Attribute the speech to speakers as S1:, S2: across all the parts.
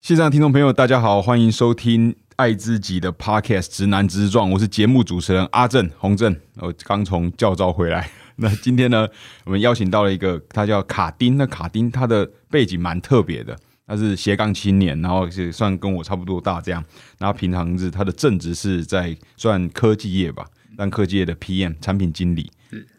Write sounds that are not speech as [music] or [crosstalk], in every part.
S1: 线上听众朋友，大家好，欢迎收听爱知己的 Podcast《直男直撞》，我是节目主持人阿正洪正，我刚从教招回来。 [laughs] 那今天呢，我们邀请到了一个，他叫卡丁。那卡丁他的背景蛮特别的，他是斜杠青年，然后是算跟我差不多大这样。然后平常是他的正职是在算科技业吧，但科技业的 PM 产品经理，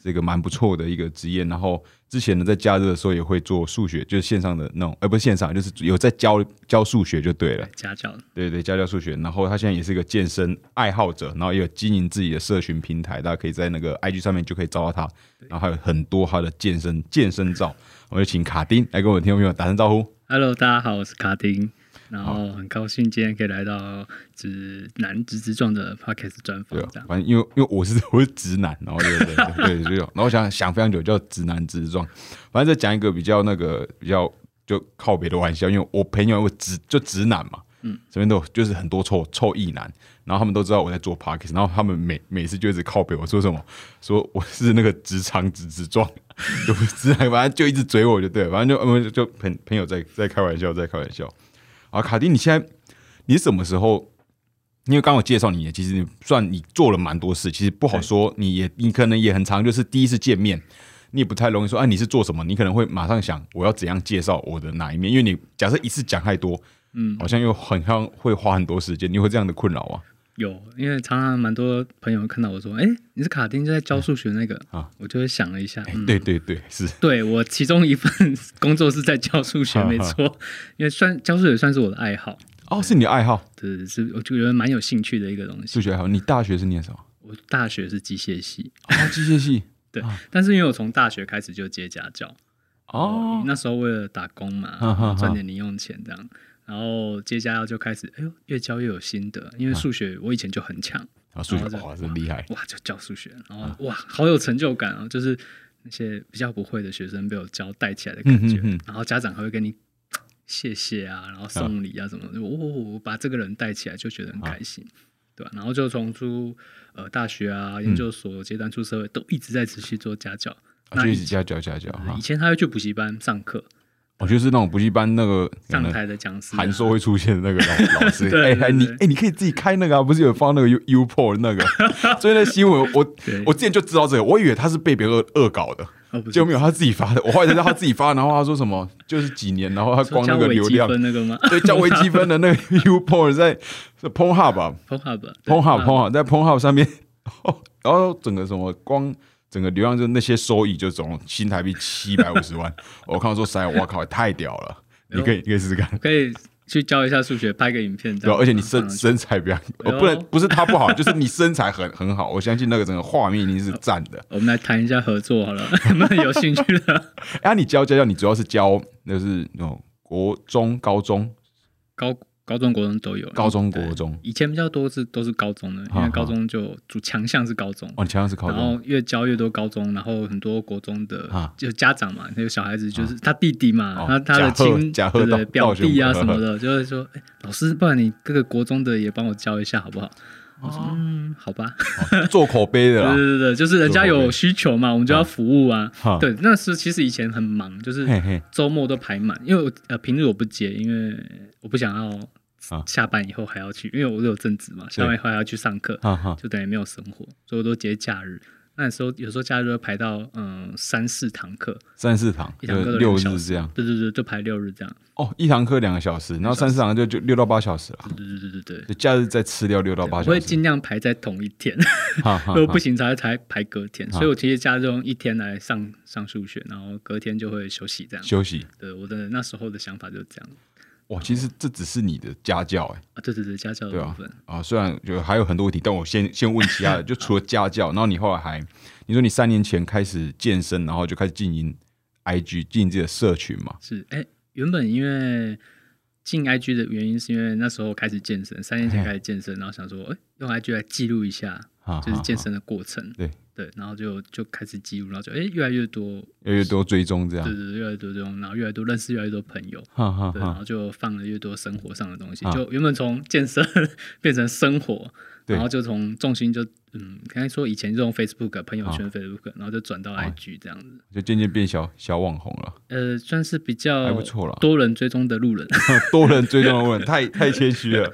S1: 这个蛮不错的一个职业。然后之前呢，在假日的时候也会做数学，就是线上的那种，呃，不是线上，就是有在教教数学就对了。
S2: 家教的
S1: 对对，家教数学。然后他现在也是一个健身爱好者，然后也有经营自己的社群平台，大家可以在那个 IG 上面就可以找到他。然后还有很多他的健身健身照，我就请卡丁来跟我的听众朋友打声招呼。
S2: Hello，大家好，我是卡丁，然后很高兴今天可以来到直男直直撞的 Podcast 专访
S1: 对，啊
S2: 这，样
S1: 反正因为因为我是 [laughs] 我是直男，然后对对对对，就有然后我想想非常久，叫直男直撞。反正再讲一个比较那个比较就靠别的玩笑，因为我朋友我直就直男嘛，嗯，这边都有就是很多臭臭意男，然后他们都知道我在做 p a r k e s 然后他们每每次就一直靠北我说什么，说我是那个直肠直直撞，就不是直男，反正就一直嘴我就对了，反正就嗯就就朋朋友在在开玩笑，在开玩笑。啊，卡丁，你现在你什么时候因为刚刚我介绍你，其实你算你做了蛮多事，其实不好说，你也你可能也很常就是第一次见面，你也不太容易说啊你是做什么，你可能会马上想我要怎样介绍我的哪一面，因为你假设一次讲太多，嗯，好像又很像会花很多时间，你会这样的困扰啊？
S2: 有，因为常常蛮多朋友看到我说，哎、你是卡丁就在教数学那个
S1: 啊
S2: 我就会想了一下，
S1: 哎
S2: 嗯，
S1: 对对对，是
S2: 对我其中一份工作是在教数学，
S1: [laughs] 哈哈
S2: 没错，因为算教数学算是我的爱好，
S1: 哦，是你的爱好，
S2: 对，是我就觉得蛮有兴趣的一个东
S1: 数
S2: 西。
S1: 学爱好。你大学是念什么？
S2: 我大学是机械系，
S1: 哦，机械系。
S2: 对，但是因为我从大学开始就接家教，
S1: 哦，
S2: 那时候为了打工
S1: 哈哈哈
S2: 嘛，赚点零用钱这样，然后接下来就开始，哎呦，越教越有心得，
S1: 嗯
S2: 因为数学我以前就很强，
S1: 啊，数学
S2: 然后就
S1: 哇，真厉害。
S2: 哇，就教数学，然
S1: 嗯
S2: 后哇，好有成就感啊，就是那些比较不会的学生被我教带起来的感觉
S1: 嗯哼哼，
S2: 然后家长还会跟你。谢谢啊，然后
S1: 嗯
S2: 送礼啊什么的，就哦，我把这个人带起来就觉得很开心，对吧、然后就从出呃大学
S1: 嗯
S2: 啊、研究所阶段出社会，都一直在持续做家教。
S1: 啊
S2: 那
S1: 就
S2: 以
S1: 一直加教加教哈
S2: 以，前还会去补习班上课，
S1: 我就是那种补习班那个可
S2: 上
S1: 能
S2: 台的讲师、啊，
S1: 函授会出现的那个
S2: [laughs]
S1: 老老师，哎
S2: 对对
S1: 哎，你
S2: 对
S1: 哎，你可以自己开那个啊，不是有放那个 U U p o 那
S2: [laughs]
S1: 个，所以那新闻我
S2: 对
S1: 我之前就知道这个，我以为他是被别人恶恶搞的，
S2: 哦，不是
S1: 就没有他自己发的，我后来才知道他自己发，然后他说什么就是几年，然后他光那
S2: [laughs]
S1: 个流量
S2: 加微积，分那个吗？
S1: 对，叫微积分的那个 [laughs] U p o 在 p o n h u b 吧
S2: p o h u b
S1: p o n h u b p o n h u b 在 p o n h u b 上面， [laughs] 然后整个什么光。整个流量就那些收益就总新台币七百五十万，我看到说塞，我靠，太屌了！你可以你可以试试看，
S2: 可以去教一下数学，拍个影片这
S1: 对啊、
S2: 样。
S1: 而且你身
S2: 嗯
S1: 身材比较，
S2: 哎
S1: 呃
S2: 呦
S1: 不能不是他不好， [laughs] 就是你身材很很好，我相信那个整个画面一定是赞的。
S2: 我们来谈一下合作好了， [laughs] 有没有有兴趣的？ [laughs]
S1: 哎、啊，你教家教，你主要是教就是那种国中、高中、
S2: 高高中、国中都有。
S1: 高啊中、
S2: 嗯对
S1: 国中。
S2: 以前比较多是都是高中的，因
S1: 好
S2: 为高中就主强项是高中。
S1: 哦，你强项是高
S2: 然
S1: 中
S2: 后越教越多高中，然后很多国中的
S1: 啊
S2: 就家长嘛，那个小孩子就是他弟弟嘛
S1: 哦，
S2: 他他的亲
S1: 假贺
S2: 对
S1: 假贺
S2: 对
S1: 道
S2: 表弟啊
S1: 道
S2: 什
S1: 兄
S2: 么的，就会说，哎，老师，不然你各个国中的也帮我教一下好不好？我
S1: 哦
S2: 说嗯，好吧。
S1: 做口碑的
S2: 对
S1: 啦，
S2: 对对，就是人家有需求嘛，我们就要服务啊
S1: 啊。
S2: 对，那是其实以前很忙，就是
S1: 嘿嘿
S2: 周末都排满，因为我呃平日我不接，因为我不想
S1: 啊
S2: 要下班以后还要去，因为我有正职嘛，下班以后还要去上课，
S1: 哈哈，
S2: 就等于没有生活，所以我都接假日。那时候有时候假日会排到嗯三四堂课，
S1: 三四堂
S2: 一
S1: 就
S2: 堂课都
S1: 六
S2: 两个小
S1: 日
S2: 时
S1: 这样。
S2: 对对对，就排六日这样。
S1: 哦，一堂课两个小时，然后三四堂就就六到八小时啦。
S2: 对对对对对。
S1: 就假日再吃掉六到
S2: 我
S1: 八小
S2: 会
S1: 时，啊
S2: 尽量排在同一天，
S1: 哈哈
S2: [laughs] 如
S1: 哈
S2: 果不行才才排隔
S1: 啊
S2: 天，所以我其实假日用一天来上上数学，然后隔天就会休息这样。
S1: 休息。
S2: 对，我的那时候的想法就是这样
S1: 哇，其实这只是你的家教哎、
S2: 啊，对对对，家教
S1: 对
S2: 的
S1: 啊
S2: 部分，
S1: 啊，虽然就还有很多问题，但我先先问其他的，就除了家教，然后你后来还，你说你三年前开始健身，然后就开始经营 IG，经营自己的社群嘛，
S2: 是哎，原本因为进 IG 的原因是因为那时候开始健身，三年前开始健身，然后想说，哎，用 IG 来记录一下
S1: 啊
S2: 就是健身的过程，
S1: 对
S2: 对，然后就就开始记录，然后就哎、诶越来越多，
S1: 越来越多追踪这样
S2: 对，对对，越来越多这种，然后越来越多认识越来越多朋友，
S1: 哈啊哈
S2: 对，然啊
S1: 哈，
S2: 后就放了越多生活上的东西，
S1: 啊
S2: 就原本从健身 [laughs] 变成生活，
S1: 对
S2: 然后就从重心就嗯，刚才说以前就用 Facebook 啊朋友
S1: 啊
S2: 圈 Facebook，、然后就转到 IG 这样子，
S1: 就渐渐变小小网红了， [laughs]
S2: 呃，算是比
S1: 还
S2: 较
S1: 不错啦
S2: 多人追踪的路人， [laughs]
S1: 多人追踪的问，太太谦虚了。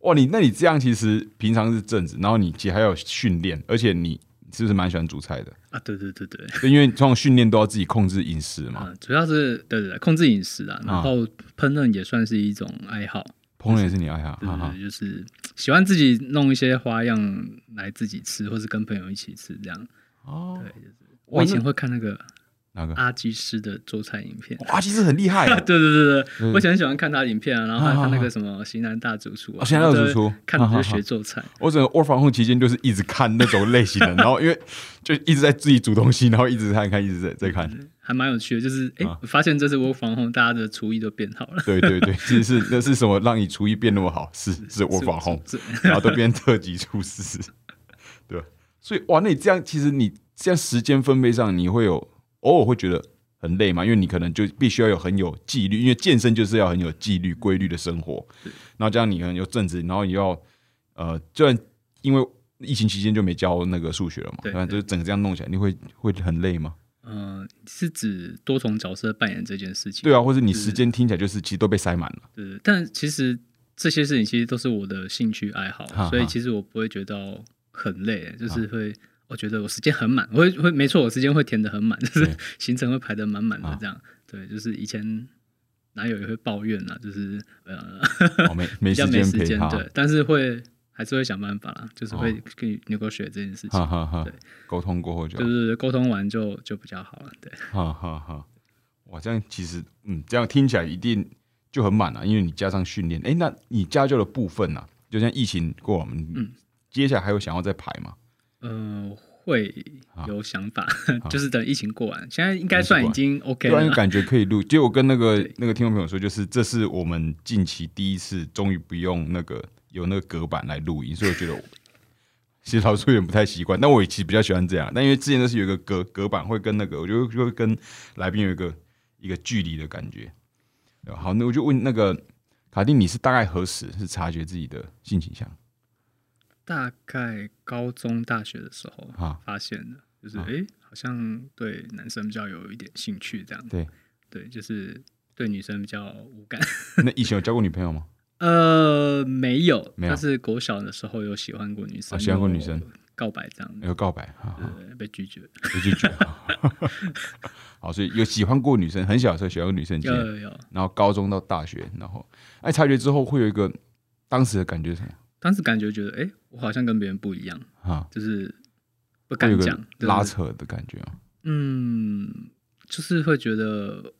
S1: 哇，你那你这样其实平常是正职，然后你其实还有训练，而且你是不是蛮喜欢煮菜的？
S2: 啊，对对对对，
S1: 对因为这种训练都要自己控制饮食嘛，
S2: 啊，主要是对对对，控制饮食啊，然后烹饪也算是一种爱好，
S1: 烹饪也是你爱好，
S2: 对
S1: 哈
S2: 对
S1: 啊哈。
S2: 对，就是喜欢自己弄一些花样来自己吃，或是跟朋友一起吃这样。
S1: 哦，
S2: 我以前
S1: 那
S2: 会看那个
S1: 哪个？
S2: 阿基师的做菜影片。，
S1: 哇，其实很厉害哦
S2: [laughs] 对对对
S1: 嗯
S2: 对，我以前很喜欢看他的影片啊，然后还
S1: 啊
S2: 看那
S1: 啊
S2: 个什么《型男大主厨》
S1: 哦
S2: 啊，
S1: 型男大主厨
S2: 然后就看了
S1: 啊啊
S2: 就
S1: 啊
S2: 学做菜。
S1: 我整个 work from home 期间就是一直看那种类型的，然后因为就一直在自己煮东西，然后一直看看，一直在在看。
S2: 还蛮有趣的，就是哎、
S1: 啊
S2: 我发现这次 work from home 大家的厨艺都变好了。
S1: 对对对，其实是那是什么让你厨艺变那么好？是是 work from home，
S2: 是
S1: 然后都变特级厨师，对吧？所以哇，那你这样其实你这样时间分配上，你会有偶尔会觉得很累嘛？因为你可能就必须要有很有纪律，因为健身就是要很有纪律、规律的生活。然后这样你可能有正职，然后你要呃，虽然因为疫情期间就没教那个数学了嘛，
S2: 对
S1: 但就是整个这样弄起来，你会会很累吗？
S2: 嗯、是指多重角色扮演这件事情。
S1: 对啊，或者你时间听起来就是其实都被塞满了。
S2: 对，但其实这些事情其实都是我的兴趣爱好，
S1: 哈哈
S2: 所以其实我不会觉得很累，就是会、我觉得我时间很满，我会会没错，我时间会填的很满，就是
S1: 对
S2: 行程会排的满满
S1: 啊
S2: 的这样。对，就是以前男友也会抱怨啦，就是呃
S1: 哦，没没
S2: [laughs] 比较
S1: 时
S2: 没
S1: 间
S2: 时
S1: 陪
S2: 间，
S1: 他，
S2: 对，但是会还是会想办法啦，就是会跟你 negotiate 这件事情。
S1: 哈啊哈哈
S2: 对。
S1: 沟通过后就
S2: 对对对，沟通完就就比较好了。对，
S1: [laughs] 哈哈哈！哇，这样其实，嗯，这样听起来一定就很满了、啊因为你加上训练，哎、那你家教的部分啊，就像疫情过我们，
S2: 嗯
S1: 接下来还有想要再排吗？
S2: 嗯、会
S1: 啊
S2: 有想法，就是等疫情过完，现在应该算已经 OK
S1: 突
S2: 了
S1: 然
S2: 啦。
S1: 感觉可以录，结果跟那个
S2: 对
S1: 那个听众朋友说，就是这是我们近期第一次，终于不用那个有那个隔板来录音，所以我觉得我 [laughs] 其实老师有点不太习惯，但我也其实比较喜欢这样，但因为之前都是有一个隔隔板，会跟那个我觉得就会跟来宾有一个一个距离的感觉。对好，那我就问那个卡丁，你是大概何时是察觉自己的性倾向？
S2: 大概高中、大学的时候
S1: 啊
S2: 发现的，就是
S1: 啊
S2: 诶，好像对男生比较有一点兴趣，这样
S1: 对，
S2: 对，就是对女生比较无感。 [laughs]
S1: 那以前有交过女朋友吗？ [laughs]
S2: 呃，没有，
S1: 没有
S2: 但是国小的时候有喜欢过女生，
S1: 啊喜欢过女生，
S2: 告白这样子，
S1: 有告白啊？哈
S2: 对，被拒绝。
S1: 有拒绝。好，所以有喜欢过女生，很小的时候喜欢过女生的经
S2: 有
S1: 验。
S2: 有有，
S1: 然后高中到大学，然后哎察觉之后会有一个当时的感觉是什么
S2: 当时感觉觉得，诶，我好像跟别人不一样，
S1: 啊？
S2: 就是不
S1: 会有一
S2: 敢讲
S1: 个，
S2: 就是
S1: 拉扯的感觉啊。
S2: 嗯，就是会觉得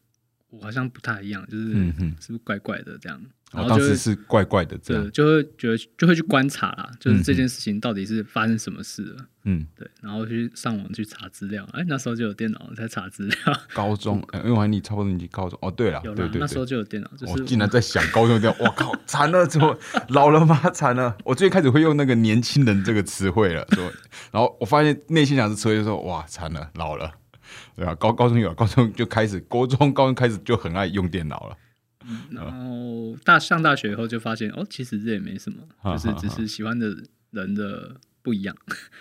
S2: 我好像不太一样，就是、
S1: 嗯哼
S2: 是不是怪怪的这样，
S1: 我
S2: 然后
S1: 哦当
S2: 就会
S1: 时是怪怪的这
S2: 对，
S1: 样，
S2: 就会觉得就会去观察啦，就是
S1: 嗯
S2: 这件事情到底是发生什么事了，
S1: 嗯，
S2: 对，然后去上网去查资料，哎，那时候就有电脑在查资料，
S1: 高中，呃因为我还你差不多年纪高中哦，对了，
S2: 嗯有
S1: 对
S2: 啦，
S1: 对
S2: 那时候
S1: 对，
S2: 就有电脑，就
S1: 我
S2: 是
S1: 竟然在想高中这
S2: [laughs]
S1: 样，我靠，惨了，怎么老了吗？惨了，我最开始会用那个年轻人这个词汇了，说，然后我发现内心想是词汇，就说哇，惨了，老了。对啊，高高中有，高中就开始，高中高中开始就很爱用电脑了。哦
S2: 然后大上大学以后就发现哦，其实这也没什么，
S1: 哈
S2: 就是
S1: 哈
S2: 只是喜欢的人的不一样，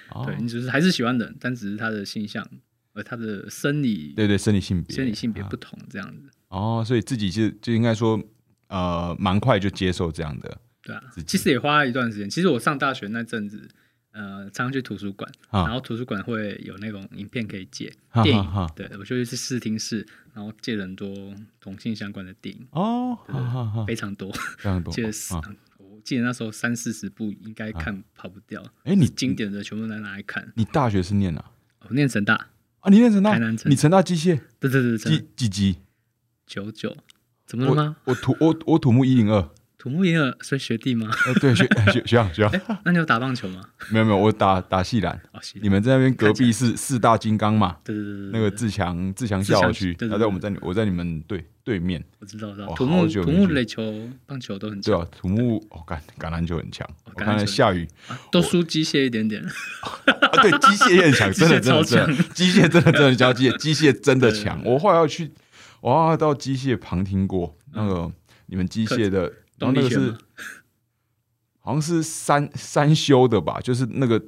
S1: 哦
S2: 对你只是还是喜欢人，但只是他的性向呃他的生理
S1: 对对，生理性别，
S2: 生理性别不同这样子。
S1: 哦，所以自己就就应该说，呃，蛮快就接受这样的
S2: 对啊
S1: 自，己
S2: 其实也花了一段时间。其实我上大学那阵子，呃，常常去图书馆，
S1: 啊
S2: 然后图书馆会有那种影片可以借、
S1: 哈哈
S2: 电影，
S1: 哈
S2: 对我就去试听室，然后借了很多同性相关的电影，
S1: 哦，
S2: 对对对
S1: 哈哈哈哦
S2: 非常多，
S1: 非常多
S2: 借了四、
S1: 啊。
S2: 我记得那时候三四十部应该看跑不掉。
S1: 哎你
S2: 经典的全部拿拿来看。
S1: 你大学是念哪
S2: 我念成大，
S1: 啊？你念成大
S2: 台南，成
S1: 你成大机械
S2: 对对对，
S1: 几
S2: 成
S1: 几级？
S2: 九九，怎么了
S1: 我
S2: 吗？
S1: 我土我我土木一零二，
S2: 土木也有所以学弟吗？
S1: 呃，对，学 [laughs] 学学长学长，
S2: 哎，那你有打棒球吗？
S1: 没有没有，我打打细篮。
S2: 哦，行，
S1: 你们在那边隔壁是四大金刚嘛？
S2: 对对对对，
S1: 那个自强自强校区，
S2: 自强对对对
S1: 然后在我们在你我在你们对对面，
S2: 我知道，知道
S1: 哦
S2: 土
S1: 好
S2: 木
S1: 久
S2: 土
S1: 没
S2: 木
S1: 去
S2: 垒球、棒球都很
S1: 对
S2: 强，
S1: 啊，土木哦，橄橄榄球很强，我
S2: 哦橄榄
S1: 看
S2: 球
S1: 了下雨
S2: 啊 [laughs] 都输机械一点点。
S1: [laughs] 啊，对，机械也很强，
S2: 机械
S1: 真的真的
S2: 超
S1: 真
S2: 强
S1: 的，机械真的真的叫机械，机械真的
S2: 对
S1: 强。我后来要去，我后来到机械旁听过那
S2: 嗯
S1: 个你们机械的，然后
S2: 动
S1: 那个
S2: 力学
S1: 是
S2: 吗
S1: 好像是三三修的吧，就是那个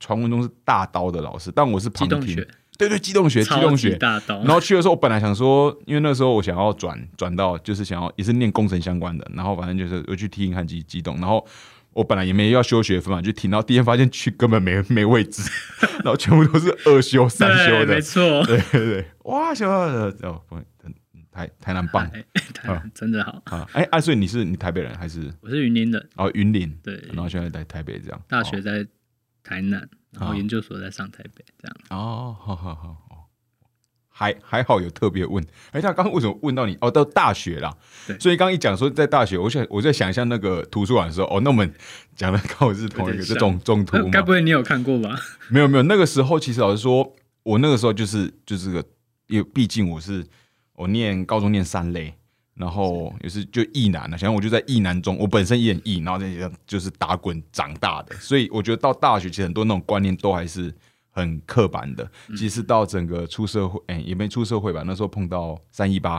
S1: 传闻中是大刀的老师，但我是
S2: 机
S1: 旁
S2: 动
S1: 听
S2: 学，，
S1: 对对，机动学，机
S2: 超
S1: 动
S2: 级
S1: 学。
S2: 大刀
S1: 然，后去的时候，我本来想说，因为那时候我想要转转到，就是想要也是念工程相关的，然后反正就是我去听银行机机动，然后我本来也没要修学分嘛，就听到第一天发现去根本没没位置， [laughs] 然后全部都是二修三
S2: [laughs] 对，
S1: 修
S2: 没
S1: 的，
S2: 错，
S1: 对对对，哇，修的哦，不嗯台台南棒
S2: 哎， [laughs] 台南真的好，
S1: 啊，哎，啊，所以你是你台北人还是
S2: 我是云林的，
S1: 哦云林？
S2: 对，
S1: 然后现在在台北这样，
S2: 大学在台南，然
S1: 哦
S2: 后研究所在上台北，这样。
S1: 哦，好好好哦，还还好有特别问。哎，他刚刚为什么问到你？哦，到大学啦。
S2: 对
S1: 所以刚刚一讲说在大学，我想我在想一下那个图书馆的时候，哦，那我们讲的刚好是同一
S2: 有
S1: 个
S2: 点
S1: 这
S2: 像
S1: 种中途
S2: 哎 [laughs] 该
S1: 嘛
S2: 不？会你有看过吧？
S1: 没有没有，那个时候其实老实说，我那个时候就是就是个，因为毕竟我是我念高中念三类。然后也是就意男了，想想我就在意男中，我本身也很意，然后再加上就是打滚长大的，所以我觉得到大学其实很多那种观念都还是很刻板的。其实到整个出社会，哎、也没出社会吧，那时候碰到三一八，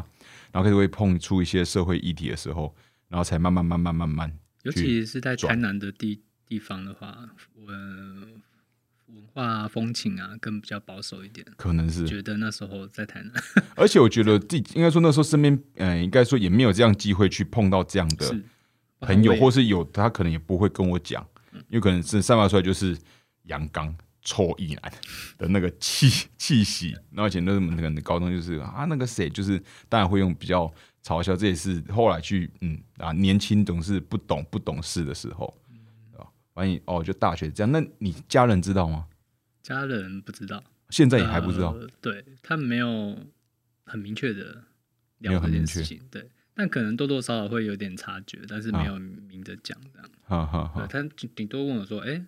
S1: 然后开始会碰出一些社会议题的时候，然后才慢慢慢慢慢慢，
S2: 尤
S1: 去
S2: 其是在
S1: 转
S2: 台南的地地方的话，文文化风情啊，更比较保守一点。
S1: 可能是
S2: 觉得那时候在台南，
S1: 而且我觉得自己应该说那时候身边，嗯、应该说也没有这样机会去碰到这样的
S2: 是
S1: 朋友，
S2: 不好
S1: 或是有他可能也不会跟我讲，因为可能是散发出来就是阳刚臭意男的那个气气息。然后以前那么可能高中就是啊那个谁，就是当然会用比较嘲笑，这也是后来去嗯啊年轻总是不懂不懂事的时候啊，反正哦就大学这样。那你家人知道吗？
S2: 家人不知道，
S1: 现在也还不知道，
S2: 呃对他们没有很明确的
S1: 没有
S2: 聊
S1: 很
S2: 这件
S1: 明确啊
S2: 事情，对，但可能多多少少会有点察觉，但是没有明着讲这样。
S1: 哈哈哈
S2: 对，他顶顶多问我说：“哎、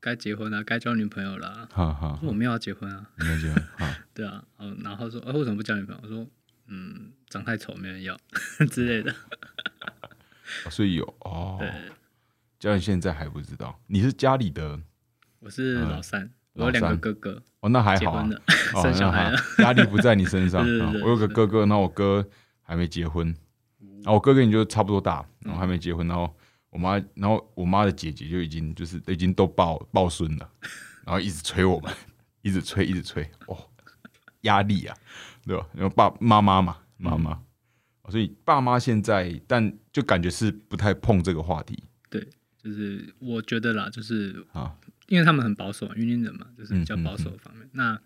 S2: 该结婚了、该交女朋友了、啊。
S1: 哈哈”
S2: 我，说：“我没有要结婚啊。
S1: 没有结婚哈。”
S2: 对啊，哦，然后说：“哎、为什么不交女朋友？”我说：“嗯，长太丑，没人要 [laughs] 之类的。
S1: 哦所以有哦
S2: 对，
S1: 家人现在还不知道，你是家里的
S2: 我是老三，我
S1: 嗯老
S2: 有两个
S1: 三
S2: 哥哥，
S1: 哦，那还
S2: 结
S1: 好、啊
S2: 婚了，
S1: 哦
S2: [laughs] 生小孩
S1: 那还。
S2: 了
S1: 好压力不在你身
S2: [laughs]
S1: 上。
S2: 对对
S1: 啊
S2: 对嗯
S1: 我有个哥哥，那我哥还没结婚，然后我哥跟你就差不多大，然后还没结婚，然后我妈，然后我妈的姐姐就已经就是已经都抱抱孙了，然后一直催我们， [laughs] 一直催，一直催，哦，压力啊，对吧？然后爸妈妈嘛，妈妈，哦所以爸妈现在但就感觉是不太碰这个话题
S2: 对，就是我觉得啦，就是
S1: 啊，
S2: 因为他们很保守嘛，云林人嘛，就是比较
S1: 嗯嗯
S2: 保守的方面。那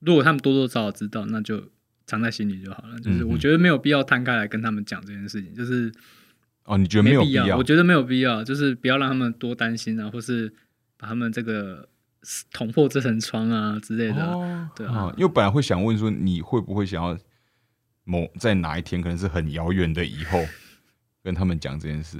S2: 如果他们多多少少知道，那就藏在心里就好了。就是
S1: 嗯嗯
S2: 我觉得没有必要摊开来跟他们讲这件事情，就是
S1: 哦，你觉得没有
S2: 必
S1: 必要
S2: 我觉得没有必要，就是不要让他们多担心啊，或是把他们这个捅破这层窗啊之类的啊。
S1: 哦
S2: 对啊
S1: 因为本来会想问说，你会不会想要某在哪一天，可能是很遥远的以
S2: [laughs]
S1: 后，跟他们讲这件事？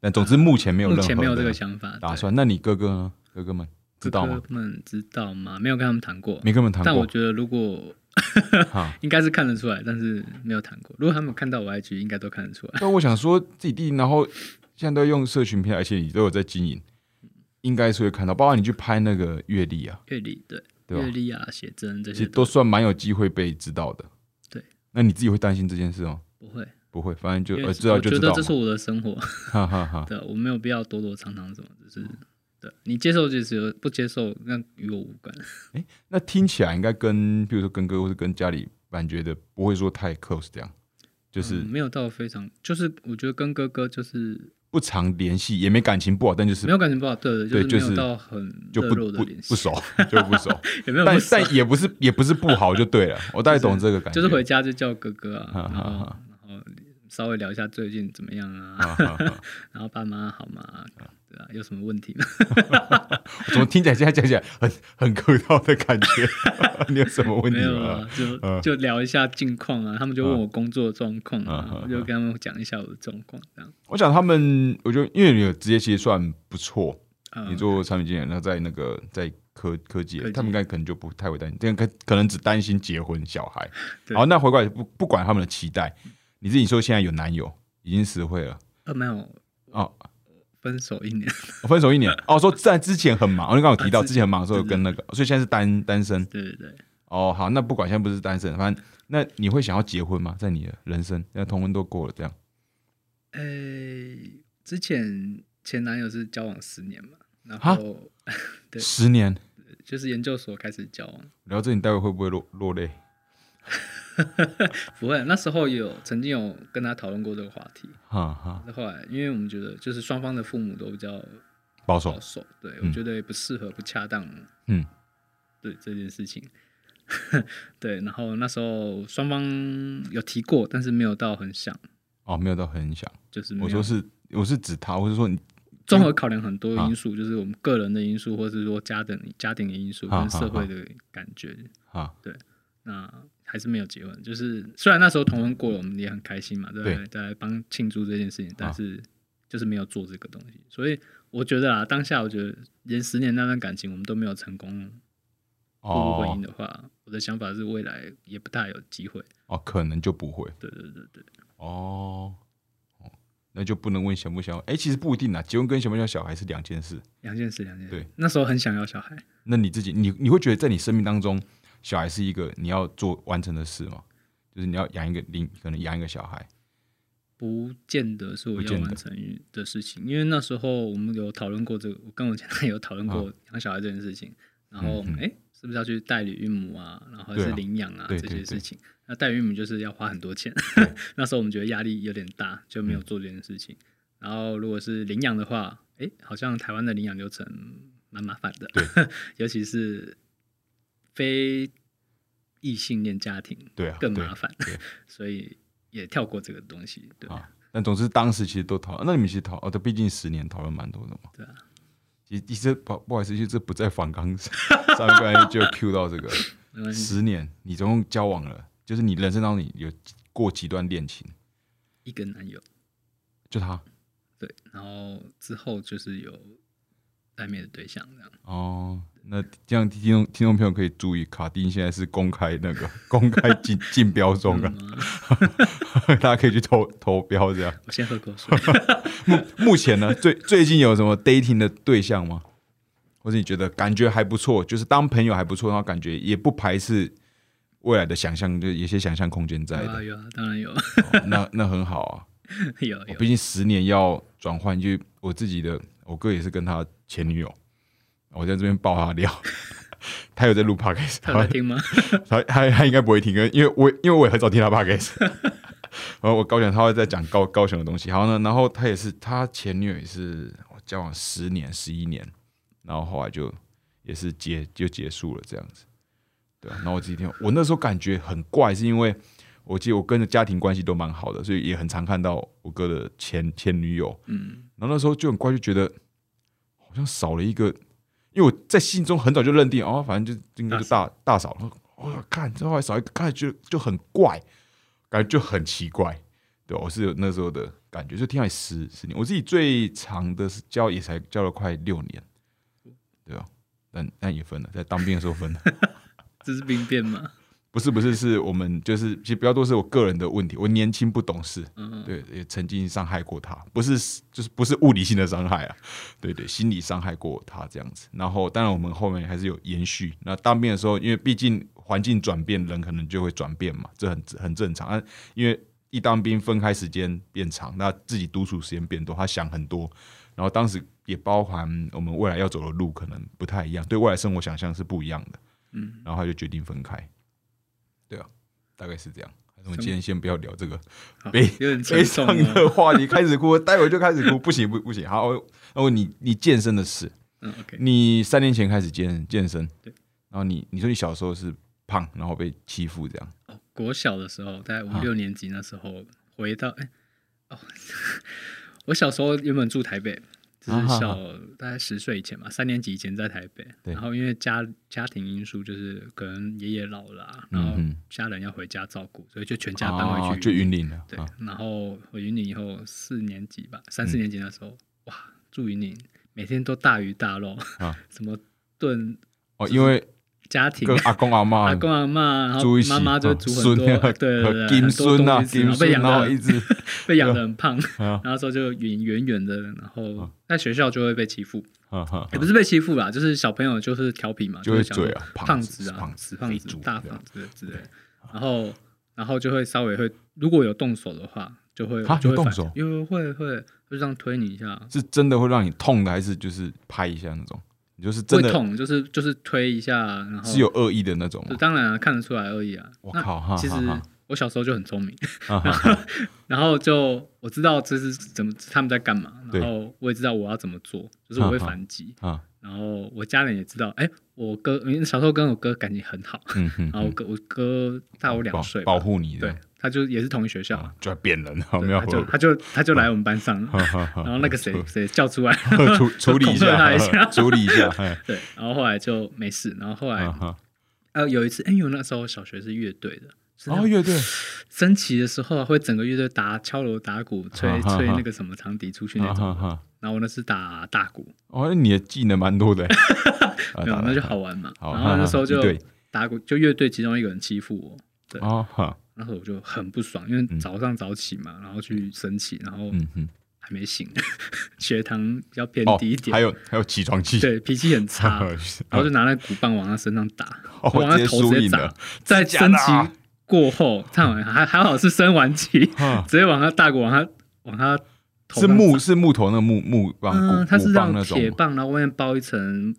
S1: 但总之目前没有任
S2: 目
S1: 何
S2: 前没有这个
S1: 的
S2: 想法，
S1: 打
S2: 对
S1: 算。那你哥哥呢？哥哥们知道吗？
S2: 哥哥们知道吗？没有跟他们谈过，
S1: 没跟他们谈
S2: 但我
S1: 过
S2: 觉得
S1: [laughs]
S2: 如果
S1: 哈。
S2: [laughs] 应该是看得出来，但是没有谈过。如果他们看到我 IG，应该都看得出来。
S1: [laughs] 但我想说，自己弟，然后现在都用社群平台，而且你都有在经营，应该是会看到。包括你去拍那个阅历啊，
S2: 阅历对，
S1: 对吧
S2: 阅历啊、写真这
S1: 其实
S2: 些
S1: 都算蛮有机会被知道的。
S2: 对，
S1: 那你自己会担心这件事哦？
S2: 不会，
S1: 不会，反正
S2: 因
S1: 就
S2: 为
S1: 呃知道
S2: 我
S1: 就
S2: 觉
S1: 知道
S2: 得
S1: 嘛。
S2: 这是我的生活，
S1: [laughs] 哈哈哈。
S2: [laughs] 对，我没有必要躲躲藏藏什么，就是对你接受就只有不接受，那与我无关。
S1: 那听起来应该跟，比如说跟哥或是跟家里蛮觉得不会说太 close 这样，就是
S2: 嗯没有到非常，就是我觉得跟哥哥就是
S1: 不常联系，也没感情不好，但就是
S2: 没有感情不好，对
S1: 对
S2: 的，就
S1: 就
S2: 是没
S1: 是
S2: 有到很
S1: 就
S2: 热
S1: 不
S2: 络的
S1: 不
S2: 联系，
S1: 不熟，就不熟，
S2: [laughs] 也没有
S1: 但
S2: 不熟，
S1: 但也不是
S2: [laughs]
S1: 也不是不好就对了，我大概懂这个感觉，
S2: 就是回家就叫哥哥啊，
S1: 哈
S2: 然
S1: 哈
S2: 后
S1: 哈
S2: 然后稍微聊一下最近怎么样
S1: [laughs]
S2: 啊，
S1: 啊啊啊
S2: [laughs] 然后爸妈好吗？对啊，有什么问题吗？
S1: 怎么听起来现在讲起来很很客套的感觉？ [laughs] 你有什么问题
S2: 没有
S1: 吗嗯
S2: 啊？，就就聊一下近况啊，他们就问我工作状况
S1: 啊啊
S2: 啊，我就跟他们讲一下我的状况这样。
S1: 我想他们，我觉得因为你的职业其实算不错，你
S2: 嗯，
S1: 做产品经理，那在那个在科科技
S2: 科，技
S1: 他们应该可能就不太会担心，但可可能只担心结婚小孩。
S2: [laughs] 对
S1: 好，那回过来不不管他们的期待，你自己说现在有男友，已经实惠了
S2: 呃，没有
S1: 哦，
S2: 分手一年， [laughs]
S1: 分手一年哦，说在之前很忙，哦你刚刚有提到
S2: 啊之
S1: 之前很忙的时候有跟那个，所以现在是单单身
S2: 对对对，
S1: 哦。好，那不管现在不是单身，反正那你会想要结婚吗？在你的人生，那同婚都过了，这样
S2: 诶，之前前男友是交往十年嘛，然
S1: 啊
S2: 后对
S1: 十年，
S2: 就是研究所开始交往，
S1: 聊这你待会会不会落落泪？
S2: 不会，那时候有曾经有跟他讨论过这个话题，
S1: 哈哈，
S2: 那后来因为我们觉得就是双方的父母都比较
S1: 保守
S2: 保守，对我觉得也不适合、不恰当，
S1: 嗯，
S2: 对这件事情， [laughs] 对，然后那时候双方有提过，但是没有到很想，
S1: 哦，没有到很想。
S2: 就是没
S1: 我
S2: 有
S1: 说是，啊我是指他，我是说你
S2: 综合考量很多因素，就是我们个人的因素，或是说家庭家庭的因素
S1: 啊
S2: 跟社会的感觉，
S1: 啊，
S2: 那还是没有结婚。就是虽然那时候同婚过了，我们也很开心嘛，对不对？在帮庆祝这件事情，
S1: 啊
S2: 但是就是没有做这个东西。所以我觉得啊，当下我觉得连十年那段感情我们都没有成功步入婚姻
S1: 哦
S2: 的话，我的想法是未来也不大有机会。
S1: 哦，可能就不会
S2: 对对对对，
S1: 哦。哦那就不能问想不想要？哎、其实不一定啊，结婚跟想不想要小孩是两件事。
S2: 两件事，两件事。
S1: 对，
S2: 那时候很想要小孩，
S1: 那你自己，你你会觉得在你生命当中，小孩是一个你要做完成的事吗？就是你要养一个，你可能养一个小孩，
S2: 不见得是我
S1: 不
S2: 要
S1: 见得
S2: 完成的事情，因为那时候我们有讨论过这个，我跟我前男友讨论过养小孩这件事情，然后
S1: 啊嗯嗯
S2: 哎、诶是不是要去代理孕母啊，然后还
S1: 对啊
S2: 是领养啊
S1: 对
S2: 这些
S1: 对对
S2: 事情？那代理孕母就是要花很多钱， [laughs] 那时候我们觉得压力有点大，就没有做这件事情。然后如果是领养的话，哎、好像台湾的领养流程蛮麻烦的， [laughs] 尤其是非异性恋家庭
S1: 对啊，
S2: 更
S1: 对
S2: 麻烦
S1: 对，
S2: [laughs] 所以也跳过这个东西，对。
S1: 啊。但总之，当时其实都讨论，那你们其实讨哦，这毕竟十年讨论蛮多的嘛。
S2: 对啊。
S1: 其实，其实不不好意思，其实这不在反纲上 [laughs] 上面，不然就 Q 到这个
S2: [laughs] 没关系
S1: 十年，你总共交往了，就是你人生当中你有过几段恋情？
S2: 一个男友，
S1: 就他
S2: 对，然后之后就是有暧昧的对象这样。
S1: 哦。那这样听众听众朋友可以注意，卡丁现在是公开那个 [laughs] 公开竞竞标中啊，
S2: 嗯
S1: [laughs] 大家可以去投投标这样。
S2: 我先喝口水。
S1: 目目前呢，最最近有什么 dating 的对象吗？或者你觉得感觉还不错，就是当朋友还不错，然后感觉也不排斥未来的想象，就有些想象空间在
S2: 有
S1: 的。
S2: 啊有啊，当然有， [laughs]
S1: 哦那那很好啊，
S2: 有
S1: 我
S2: 有。
S1: 毕竟十年要转换，就我自己的，我哥也是跟他前女友，我在这边爆他料，
S2: [laughs]
S1: 他有在录 podcast，
S2: 他有在
S1: 他
S2: 听吗？
S1: 他他他应该不会听，因为因为我因为我也很少听他 podcast，然后我高雄他会在讲高高雄的东西，然后呢，然后他也是他前女友也是我交往十年十一年，然后后来就也是结就结束了这样子，对啊，然后我自己听，我那时候感觉很怪，是因为我记得我跟着家庭关系都蛮好的，所以也很常看到我哥的前前女友，
S2: 嗯，
S1: 然后那时候就很怪，就觉得好像少了一个，因为我在心中很早就认定，哦，反正就应该就大大嫂了。哦，看这后来少一个，看就就很怪，感觉就很奇怪。对，我是有那时候的感觉，就听来十十年，我自己最长的是交也才交了快六年，对吧？但但也分了，在当兵的时候分了。
S2: 这是兵变嘛？
S1: 不是不是，是我们就是其实比较多是我个人的问题，我年轻不懂事，
S2: 嗯，
S1: 对，也曾经伤害过他，不是就是不是物理性的伤害啊，对对，心理伤害过他这样子。然后当然我们后面还是有延续。那当兵的时候，因为毕竟环境转变，人可能就会转变嘛，这很很正常。啊、因为一当兵分开时间变长，那自己独处时间变多，他想很多。然后当时也包含我们未来要走的路可能不太一样，对未来生活想象是不一样的。
S2: 嗯，
S1: 然后他就决定分开。对啊，大概是这样。还是我们今天先不要聊这个。
S2: 好
S1: 悲
S2: 啊有点沉
S1: 非
S2: 重
S1: 常
S2: 哦。
S1: 的话题开始哭，待会就开始哭，不行不不行。好，那我你你健身的事，
S2: 嗯，OK，
S1: 你三年前开始健健身，
S2: 对，
S1: 然后你你说你小时候是胖，然后被欺负这样，啊
S2: 哦，国小的时候，在五六年级那时候，回到哎， [laughs] 我小时候原本住台北，就
S1: 啊哈
S2: 是
S1: 哈
S2: 小大概十岁以前嘛，三年级以前在台北。
S1: 对
S2: 然后因为家家庭因素，就是可能爷爷老了啊、然
S1: 嗯
S2: 后
S1: 哼
S2: 家人要回家照顾，所以就全家搬回
S1: 哦
S2: 去
S1: 就
S2: 云
S1: 云
S2: 林。
S1: 林了。
S2: 对
S1: 啊，嗯
S2: 然后我云林以后四年级吧，三四年级那时候，哇，住云林每天都大鱼大肉，
S1: 啊
S2: [laughs] 什么炖
S1: 哦，因为
S2: 家庭
S1: 跟阿公阿妈
S2: 阿公阿妈，然
S1: 住
S2: 后
S1: 啊一起，哦
S2: 妈妈就会煮很
S1: 孙
S2: 多，对
S1: [laughs]
S2: 对对，
S1: 金孙啊，
S2: 啊，然
S1: 金
S2: 后被
S1: 孙，
S2: 养
S1: 然后
S2: 的
S1: 一直 [laughs]
S2: 被养的很胖，
S1: 啊
S2: [laughs] 然后之后就圆圆圆的，然后在学校就会被欺负，
S1: 啊
S2: [laughs]
S1: 啊
S2: 也不是被欺负啦，就是小朋友就是调皮嘛，
S1: 就会
S2: 是想说
S1: 嘴啊
S2: 胖
S1: 胖子
S2: 子啊
S1: 胖，子
S2: 死胖
S1: 肥
S2: 子
S1: 猪、
S2: 大
S1: 这样
S2: 胖子之类的，然后然后就会稍微会，如果有动手的话，就会
S1: 啊
S2: 就
S1: 有
S2: 会
S1: 动
S2: 反
S1: 手
S2: 因为会会会这样推你一下，
S1: 是真的会让你痛的，还是就是拍一下那种？你就是真
S2: 会
S1: 的
S2: 痛，就是就是推一下，然后
S1: 是有恶意的那种
S2: 就
S1: 吗？
S2: 当然、啊、看得出来而已啊。
S1: 我
S2: 那
S1: 靠哈
S2: 其实
S1: 哈哈
S2: 我小时候就很聪明，
S1: 啊哈哈
S2: 然后就我知道这是怎么他们在干嘛，
S1: 对
S2: 然后我也知道我要怎么做，就是我会反击。
S1: 啊，
S2: 然后我家人也知道，哎，我哥因为小时候跟我哥感情很 [laughs] 好，
S1: 嗯哼
S2: 然后我哥我哥大我两
S1: 保
S2: 岁吧，
S1: 保护你
S2: 对
S1: 的，，
S2: 他就也是同一学校嘛
S1: 啊，就要扁人了，
S2: 对
S1: 没有
S2: 他？就 [laughs] 他就他就来我们班上，
S1: 哈哈哈
S2: 然后那个谁谁啊叫出来，
S1: 处处
S2: [laughs]
S1: 理一
S2: 恐吓他一下哎
S1: 下，处理一下，嘿
S2: [laughs] 对，然后后来就没事，然后后来
S1: 啊哈
S2: 呃有一次，哎，因为我那时候小学是乐队的，是那
S1: 然后
S2: 种
S1: 哦乐队
S2: [laughs] 升旗的时候啊，会整个乐队打敲锣打鼓，吹
S1: 啊哈
S2: 吹
S1: 哈
S2: 那个什么长笛出去那
S1: 啊
S2: 种。
S1: 哈哈，
S2: 然后我那是打大鼓，
S1: 哦，那你的技能蛮
S2: [laughs]
S1: 多的，啊
S2: 没有
S1: 打
S2: 那
S1: 了
S2: 就好玩嘛。
S1: 好
S2: 然后那时候就
S1: 哈哈一对
S2: 打鼓，就乐队其中一个人欺负我，对
S1: 哦哈，
S2: 然后我就很不爽，因为早上早起嘛，然后去升旗，然后
S1: 嗯哼，
S2: 还没醒， [laughs] 血糖比较偏
S1: 哦
S2: 低一，点，
S1: 还有还有起床气， [laughs]
S2: 对脾气很差，
S1: 啊
S2: 然后就拿那鼓棒往他身上打，
S1: 哦
S2: 往他
S1: 直接
S2: 头
S1: 输
S2: 直接
S1: 赢
S2: 砸
S1: 了。
S2: 在
S1: 真
S2: 升
S1: 的
S2: 旗
S1: 假的啊
S2: 过后，看完还还好是升完旗，
S1: 哈
S2: 直接往他大鼓往他往他头
S1: 是
S2: 上
S1: 木是木头那个木木棒，鼓
S2: 嗯，它是
S1: 鼓
S2: 让
S1: 棒那种
S2: 铁
S1: 吗。
S2: 棒，然后外面包一层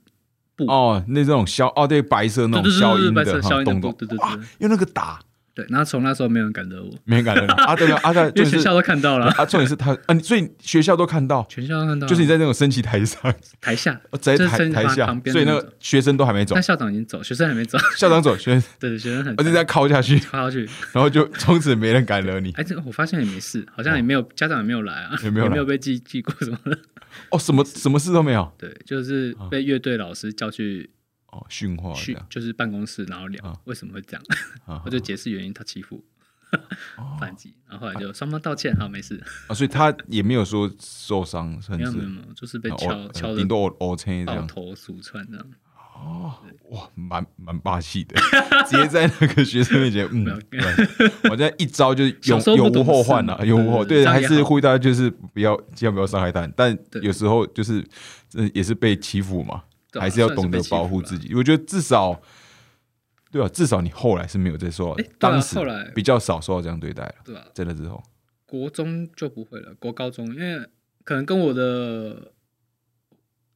S2: 布，
S1: 哦，那种消哦，对，白色那
S2: 对
S1: 种
S2: 对对
S1: 消
S2: 对对
S1: 音
S2: 白色
S1: 的，哈
S2: 消音的
S1: 咚
S2: 布
S1: 咚
S2: 对对对
S1: 哇用那个打，
S2: 对。然后从那时候没有人敢惹我，
S1: 没人敢
S2: [laughs]
S1: 认啊，对了啊，对，
S2: 因
S1: 就
S2: 为学
S1: 是
S2: 校都看
S1: [laughs]
S2: 到了，
S1: 啊，重点是他啊，你所以学校都看到，
S2: 全校都看到了，
S1: 就是你在那种升旗台上， [laughs]
S2: 台下，
S1: 哦在
S2: 就是
S1: 台
S2: 升旗
S1: 台
S2: 旁
S1: 下
S2: 旁，边
S1: 所以
S2: 那
S1: 那
S2: 种
S1: 个学生都还没走
S2: 但，校长已经走，学生还没走， [laughs]
S1: 校长走，学生
S2: 对对，学生很
S1: 而且这样靠下去， [laughs]
S2: 趴下去，
S1: 然后就从此没人敢惹你。
S2: 哎，这个我发现也没事，好像也没有家长也没有来啊，
S1: 哦也没有
S2: 没
S1: 来
S2: 有被记记过什么的， [laughs]
S1: 哦，什么什么事都没有，
S2: 对，就是被乐队老师叫去
S1: 哦，训话这
S2: 去
S1: 样，
S2: 就是办公室，然后聊
S1: 啊
S2: 为什么会这样， [laughs]
S1: 啊
S2: 我就解释原因，他欺负
S1: 哦
S2: 我， [laughs] 反击，然后后来就双方道歉，好，没事，
S1: 啊，所以他也没有说受伤，甚
S2: 没有
S1: 至
S2: 没有没有，就是被
S1: 哦
S2: 敲敲的
S1: 顶多哦青这
S2: 抱
S1: 样，
S2: 头鼠窜这样。
S1: 哇，蛮蛮霸气的，直接在那个学生面前，嗯
S2: 没有，
S1: 对我在一招就是
S2: 小
S1: 永
S2: 时候不
S1: 永无
S2: 懂
S1: 后
S2: 事
S1: 患
S2: 嘛
S1: 啊，永无后
S2: 对对
S1: 对，
S2: 这样
S1: 还
S2: 也
S1: 是
S2: 好
S1: 呼吁大家就是不要千万不要伤害他人，但
S2: 对
S1: 有时候就是呃也是被欺负嘛，
S2: 对啊
S1: 还是要懂得保护自己。我觉得至少。对啊，至少你后来是没有再受到，
S2: 诶对啊
S1: 哦当时
S2: 后来
S1: 比较少受到这样对待了。
S2: 对吧？
S1: 真的之后，
S2: 国中就不会了，国高中因为可能跟我的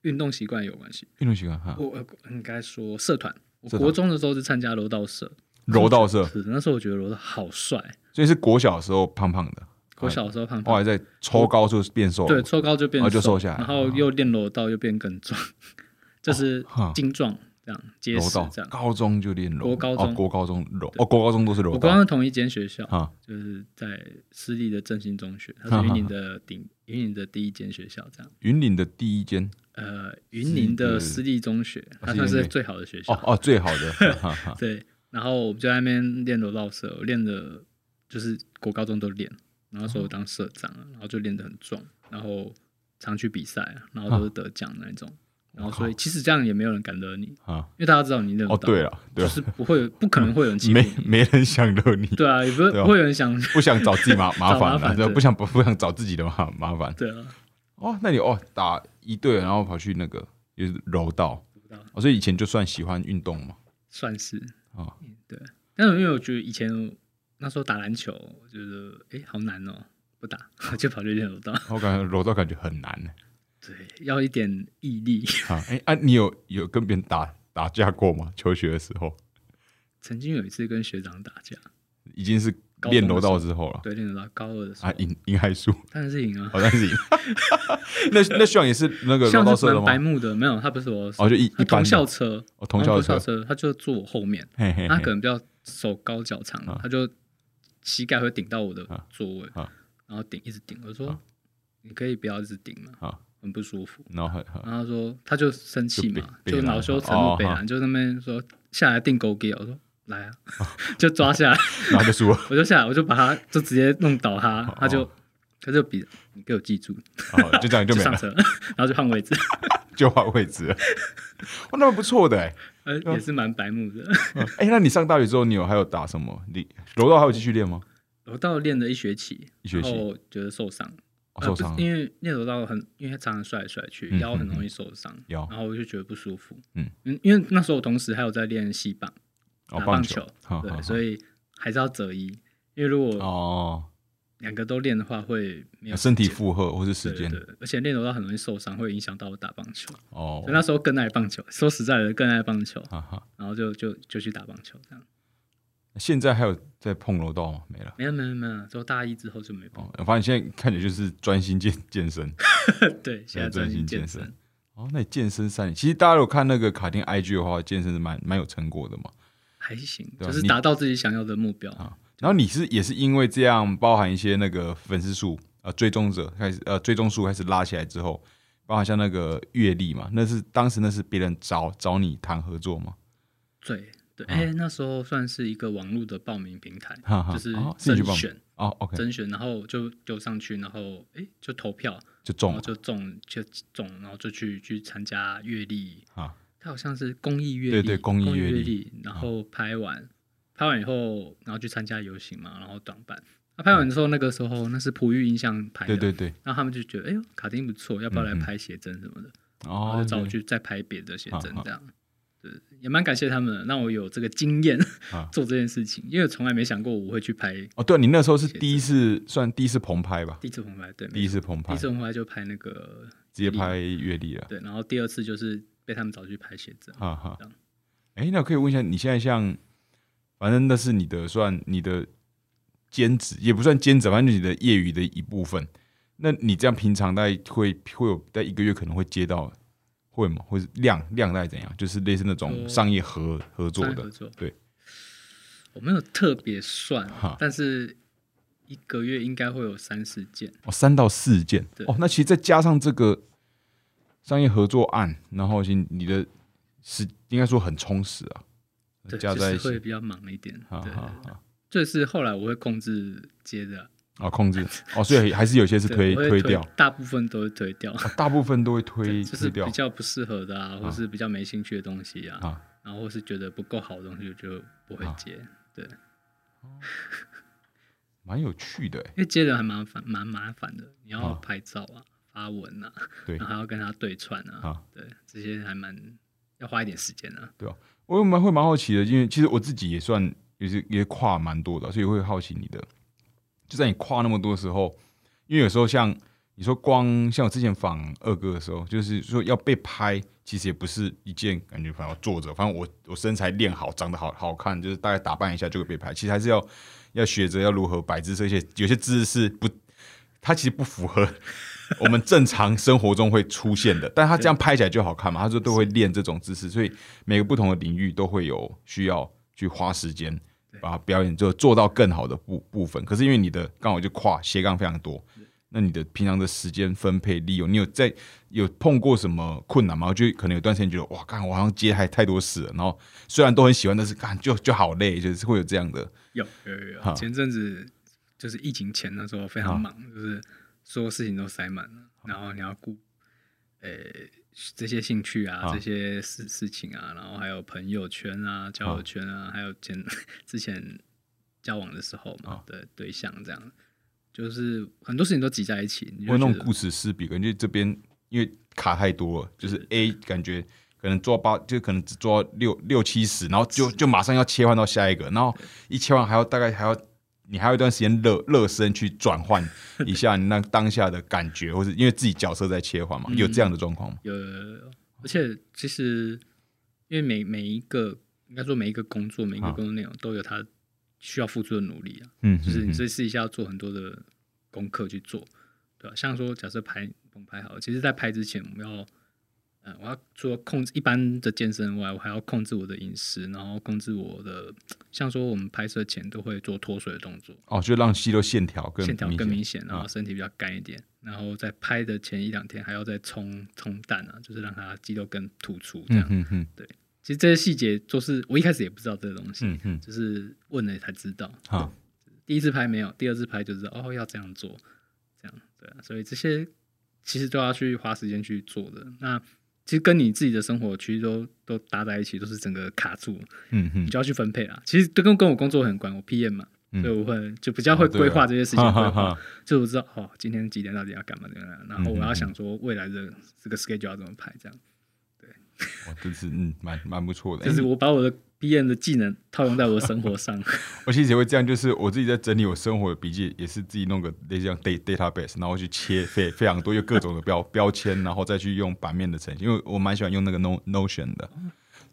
S2: 运动习惯有关系。
S1: 运动习惯哈，
S2: 我呃应该说社团，我
S1: 社团
S2: 国中的时候是参加柔道社，
S1: 柔道社，
S2: 是那时候我觉得柔道好帅。
S1: 所以是国小的时候胖胖的，
S2: 嗯我小的时候胖
S1: 后
S2: 胖，
S1: 来在抽高就变瘦了。
S2: 对，抽高就变
S1: 哦就瘦下来
S2: 然后又练柔道又变更壮， [laughs] 就是
S1: 哈
S2: 精壮这样，结
S1: 柔
S2: 实
S1: 道
S2: 这，样。
S1: 高中就练柔，
S2: 国高中
S1: 哦国高中柔，哦，国高中都是柔
S2: 我刚刚
S1: 道
S2: 同一间学校，
S1: 啊。
S2: 就是在私立的振兴中学，它
S1: 哈哈
S2: 是云林的顶云林的第一间学校这样。
S1: 云林的第一间，
S2: 呃云林的私立中学，它算是最好的学校。
S1: 哦哦，最好的，哈
S2: [laughs]
S1: 哈哈
S2: 对，然后我们就在那边练柔道社，我练的就是国高中都练，然后说
S1: 哦
S2: 我当社长啊，然后就练得很壮，然后常去比赛啊，然后都是得奖那一种。然后所以其实这样也没有人敢惹你，因
S1: 啊。
S2: 为大家知道你练得
S1: 哦，
S2: 到，
S1: 对了，对
S2: 就
S1: 了，
S2: 是不会不可能会有
S1: [laughs]
S2: 人欺负
S1: 没
S2: 你。
S1: 没人想惹你，
S2: 对啊，也不会
S1: 对啊
S2: 不会有人想
S1: 不想找自己
S2: [laughs]
S1: 麻麻
S2: 麻
S1: 烦
S2: 烦
S1: 了，对
S2: 对。
S1: 不想不不想找自己的麻麻烦
S2: 对啊，
S1: 哦，那你哦打一队，然后跑去那个就是柔道
S2: 道，
S1: 哦，所以以前就算喜欢运动嘛，
S2: 算是
S1: 哦
S2: 嗯对。但是因为我觉得以前那时候打篮球，我觉得哎、诶好难哦，不打， [laughs] 我就跑去练柔道。
S1: 我哦感觉柔道感觉很难呢。
S2: 对，要一点毅力。 [laughs]
S1: 啊，哎、啊，你有有跟别人打打架过吗？求学的时候
S2: 曾经有一次跟学长打架，
S1: 已经是练柔道之后了，
S2: 对，练得到高二的时候，
S1: 哦啊，赢赢害数
S2: 当然是赢啊。
S1: 好像是赢。 [laughs] 那那校也是那个柔
S2: 像
S1: 道
S2: 是
S1: 社的
S2: 蛮白
S1: 吗？
S2: 目的，没有，他不是我，
S1: 哦，就一
S2: 他
S1: 一般
S2: 同
S1: 的
S2: 校车，
S1: 哦，同校
S2: 同
S1: 的
S2: 校
S1: 车，
S2: 车，他就坐我后面，
S1: 嘿嘿
S2: 他可
S1: 嘿，
S2: 能比较手高脚长
S1: 啊，
S2: 他就膝盖会顶到我的座位
S1: 啊，
S2: 然后顶一直顶，我说
S1: 啊
S2: 你可以不要一直顶嘛，
S1: 啊，
S2: 很不舒服。
S1: 然后还
S2: 然后他说他就生气嘛，
S1: 就北
S2: 就恼羞成怒，
S1: 哦哦
S2: 北
S1: 哈
S2: 南就那边说下来定狗给我说来啊，就抓下来，
S1: 然后就
S2: [laughs]
S1: 输了，
S2: 我就下来，我就把他就直接弄倒他，他就他就比你给我记住，
S1: 哦，就这样哦就
S2: 就
S1: 没
S2: 上
S1: 了，
S2: 车， [laughs] 然后就换位置，
S1: 就换位置了。 [laughs] 哇，那不错
S2: [laughs]
S1: 的哎、
S2: 呃，也是蛮白目的。 [laughs]
S1: 欸，哎、那你上大学之后，你有还有打什么？你柔道还有继续练吗？
S2: 柔道练了一学期，
S1: 一学期
S2: 然后觉得受伤，
S1: 哦、受
S2: 呃
S1: 伤
S2: 不是因为练柔道很，因为他常常甩来甩去，
S1: 嗯
S2: 腰很容易受伤，
S1: 腰
S2: 然后我就觉得不舒服，
S1: 嗯
S2: 因为那时候我同时还有在练细棒、
S1: 哦，
S2: 打
S1: 棒
S2: 球，
S1: 好
S2: 对，
S1: 好
S2: 所以还是要择一，因为如果
S1: 哦，
S2: 两个都练的话，会没有
S1: 身体
S2: 时间
S1: 负荷或是时
S2: 对对
S1: 间
S2: 对，而且练柔道很容易受伤，会影响到我打棒球，
S1: 哦
S2: 所以，那时候更爱棒球，说实在的更爱棒球，
S1: 哈哈。
S2: 然后就就就去打棒球这样，
S1: 现在还有在碰柔道吗？没了。
S2: 没有没有没有，就大一之后就没碰，
S1: 哦，我发现现在看起来就是专心健健身。
S2: [laughs] 对，现在
S1: 专
S2: 专
S1: 心
S2: 心
S1: 健
S2: 健
S1: 身
S2: 身。
S1: 哦，那你健身三年，其实大家有看那个卡丁 IG 的话，健身是蛮蛮有成果的嘛。
S2: 还行，
S1: 对啊
S2: 就是
S1: 你啊
S2: 达到自己想要的目标。
S1: 然后你是也是因为这样，包含一些那个粉丝数呃追踪者开始呃追踪数开始拉起来之后，包含像那个阅历嘛，那是当时那是别人找找你谈合作嘛，
S2: 对对，
S1: 啊
S2: 哎、那时候算是一个网络的报名平台，
S1: 哈哈，
S2: 就是
S1: 哦兴趣
S2: 甄
S1: 报名
S2: 选，
S1: 哦，OK
S2: 甄选，然后就丢上去，然后哎、就投票，
S1: 就
S2: 然
S1: 中
S2: 后
S1: 了
S2: 就中就中，然后就去去参加阅历，
S1: 啊，
S2: 它好像是公益阅历，
S1: 对对公益
S2: 益
S1: 阅历啊
S2: 历，然后拍完、拍完以后，然后去参加游行嘛，然后短版。那、拍完之后，那个时候那是璞玉印象拍的，
S1: 对对对，
S2: 然后他们就觉得，哎呦，卡丁不错，要不要来拍写真什么的？然后
S1: 哦啊
S2: 就，找我
S1: 对
S2: 去再拍别的写真
S1: 好
S2: 这样。对，也蛮感谢他们的，让我有这个经验
S1: 啊
S2: [laughs] 做这件事情，因为我从来没想过我会去拍
S1: 哦，对你那时候是第一次算第一次棚拍吧，
S2: 第一次红牌，对，
S1: 第一次
S2: 次
S1: 棚
S2: 第
S1: 拍，
S2: 一
S1: 直
S2: 次红牌就拍那个
S1: 接拍阅历了，
S2: 对，然后第二次就是被他们找去拍写真，
S1: 哈啊哈
S2: 这样。
S1: 哎，那可以问一下，你现在像，反正那是你的算你的兼职，也不算兼职，反正就是你的业余的一部分。那你这样平常大概会会有在一个月可能会接到会吗？或是量量大概怎样？就是类似那种
S2: 呃
S1: 商业合合作
S2: 商业合
S1: 的，
S2: 作，
S1: 对，
S2: 我没有特别算
S1: 哈，
S2: 但是一个月应该会有三四件，
S1: 哦，三到四件
S2: 对
S1: 哦。那其实再加上这个商业合作案，然后其实你的是应该说很充实啊，
S2: 对，
S1: 加
S2: 就
S1: 在
S2: 是
S1: 一起啊
S2: 会，比较忙一点，
S1: 好
S2: 对，
S1: 好好，
S2: 这是后来我会控制接的，
S1: 啊，控制哦，所以还是有些是推
S2: 对我会
S1: 推
S2: [laughs]
S1: 掉，
S2: 大部分都会推掉。
S1: 哦大部分都会推
S2: 对 [laughs] 就是
S1: 推掉
S2: 比较不适合的啊，或是比较没兴趣的东西啊，
S1: 啊。
S2: 然后或是觉得不够好的东西，我就不会接。对，
S1: 蛮有趣的欸，
S2: 因为接人还蛮烦，蛮麻烦的，你要
S1: 啊
S2: 拍照啊、发文啊，
S1: 对
S2: 然后还要跟他对串啊，
S1: 啊
S2: 对，这些还蛮要花一点时间啊。
S1: 我也蛮会蛮好奇的，因为其实我自己也算也是也跨蛮多的，所以会好奇你的。就在你跨那么多的时候，因为有时候像你说光像我之前访二哥的时候，就是说要被拍，其实也不是一件感觉，反正我坐着，反正我我身材练好，长得好好看，就是大概打扮一下就会被拍。其实还是要要学着要如何摆姿势，而且有些姿势是不，它其实不符合 [laughs] 我们正常生活中会出现的，但他这样拍起来就好看嘛。他说都会练这种姿势，所以每个不同的领域都会有需要去花时间把它表演，就做到更好的部部分。可是因为你的刚好就跨斜杠非常多，那你的平常的时间分配利用，你有在有碰过什么困难吗？我觉得可能有段时间觉得哇，干我好像接还太多事了，然后虽然都很喜欢，但是干就就好累，就是会有这样的
S2: 有有有有
S1: 好
S2: 前阵子就是疫情前那时候非常忙，就是所有事情都塞满了，然后你要顾，呃、这些兴趣啊，
S1: 好
S2: 这些事事情啊，然后还有朋友圈啊、交友圈啊，还有前之前交往的时候嘛
S1: 好
S2: 的对象这样，就是很多事情都挤在一起，你
S1: 我有
S2: 就
S1: 那
S2: 觉
S1: 种
S2: 得
S1: 顾此失彼，感觉这边因为卡太多了，就是 A 感觉可能做到八，就可能只做到六六七十，然后就就马上要切换到下一个，然后一切换还要大概还要你还有一段时间热热身去转换一下你那当下的感觉，或是因为自己角色在切换嘛，有这样的状况吗？
S2: 有有有有，而且其实因为每每一个应该说每一个工作，每一个
S1: 好
S2: 工作内容都有它需要付出的努力啊。
S1: 嗯，
S2: 就是
S1: 嗯
S2: 你
S1: 嗯
S2: 这试一下要做很多的功课去做，对吧、像说假设拍棚拍好了，其实在拍之前我们要呃，我要除了控制一般的健身外，我还要控制我的饮食，然后控制我的，像说我们拍摄前都会做脱水的动作，
S1: 哦，就让肌肉线条更
S2: 线条更明显，然
S1: 啊
S2: 后身体比较干一点，然后在拍的前一两天还要再冲冲淡啊，就是让它肌肉更突出这
S1: 嗯
S2: 样。
S1: 嗯嗯
S2: 其实这些细节都是我一开始也不知道这个东西，
S1: 嗯嗯，
S2: 就是问了才知道。
S1: 好，
S2: 第一次拍没有，第二次拍就知道哦要这样做，这样对啊，所以这些其实都要去花时间去做的。那其实跟你自己的生活其实都都搭在一起，都是整个卡住，
S1: 嗯嗯
S2: 你，就要去分配啦。其实这跟跟我工作很关，我 PM 嘛，
S1: 嗯哦啊
S2: 所以我会就比较会规划这些事
S1: [laughs]
S2: 情，规
S1: 哈
S2: 划、
S1: 哈，
S2: 就我知道哦，今天几点到底要干嘛怎么样，然后我
S1: 嗯嗯
S2: 要
S1: 嗯
S2: 想说未来的这个 schedule 要怎么排，这样。
S1: 哇，这是嗯，蛮蛮不错的。
S2: 就是我把我的 PM 的技能套用在我的生
S1: [laughs]
S2: 活上，
S1: 我其实也会这样，就是我自己在整理我生活的笔记，也是自己弄个类似像 data database，然后去切非非常多，有各种的标标签，然后再去用版面的呈现，因为我蛮喜欢用那个 no notion 的，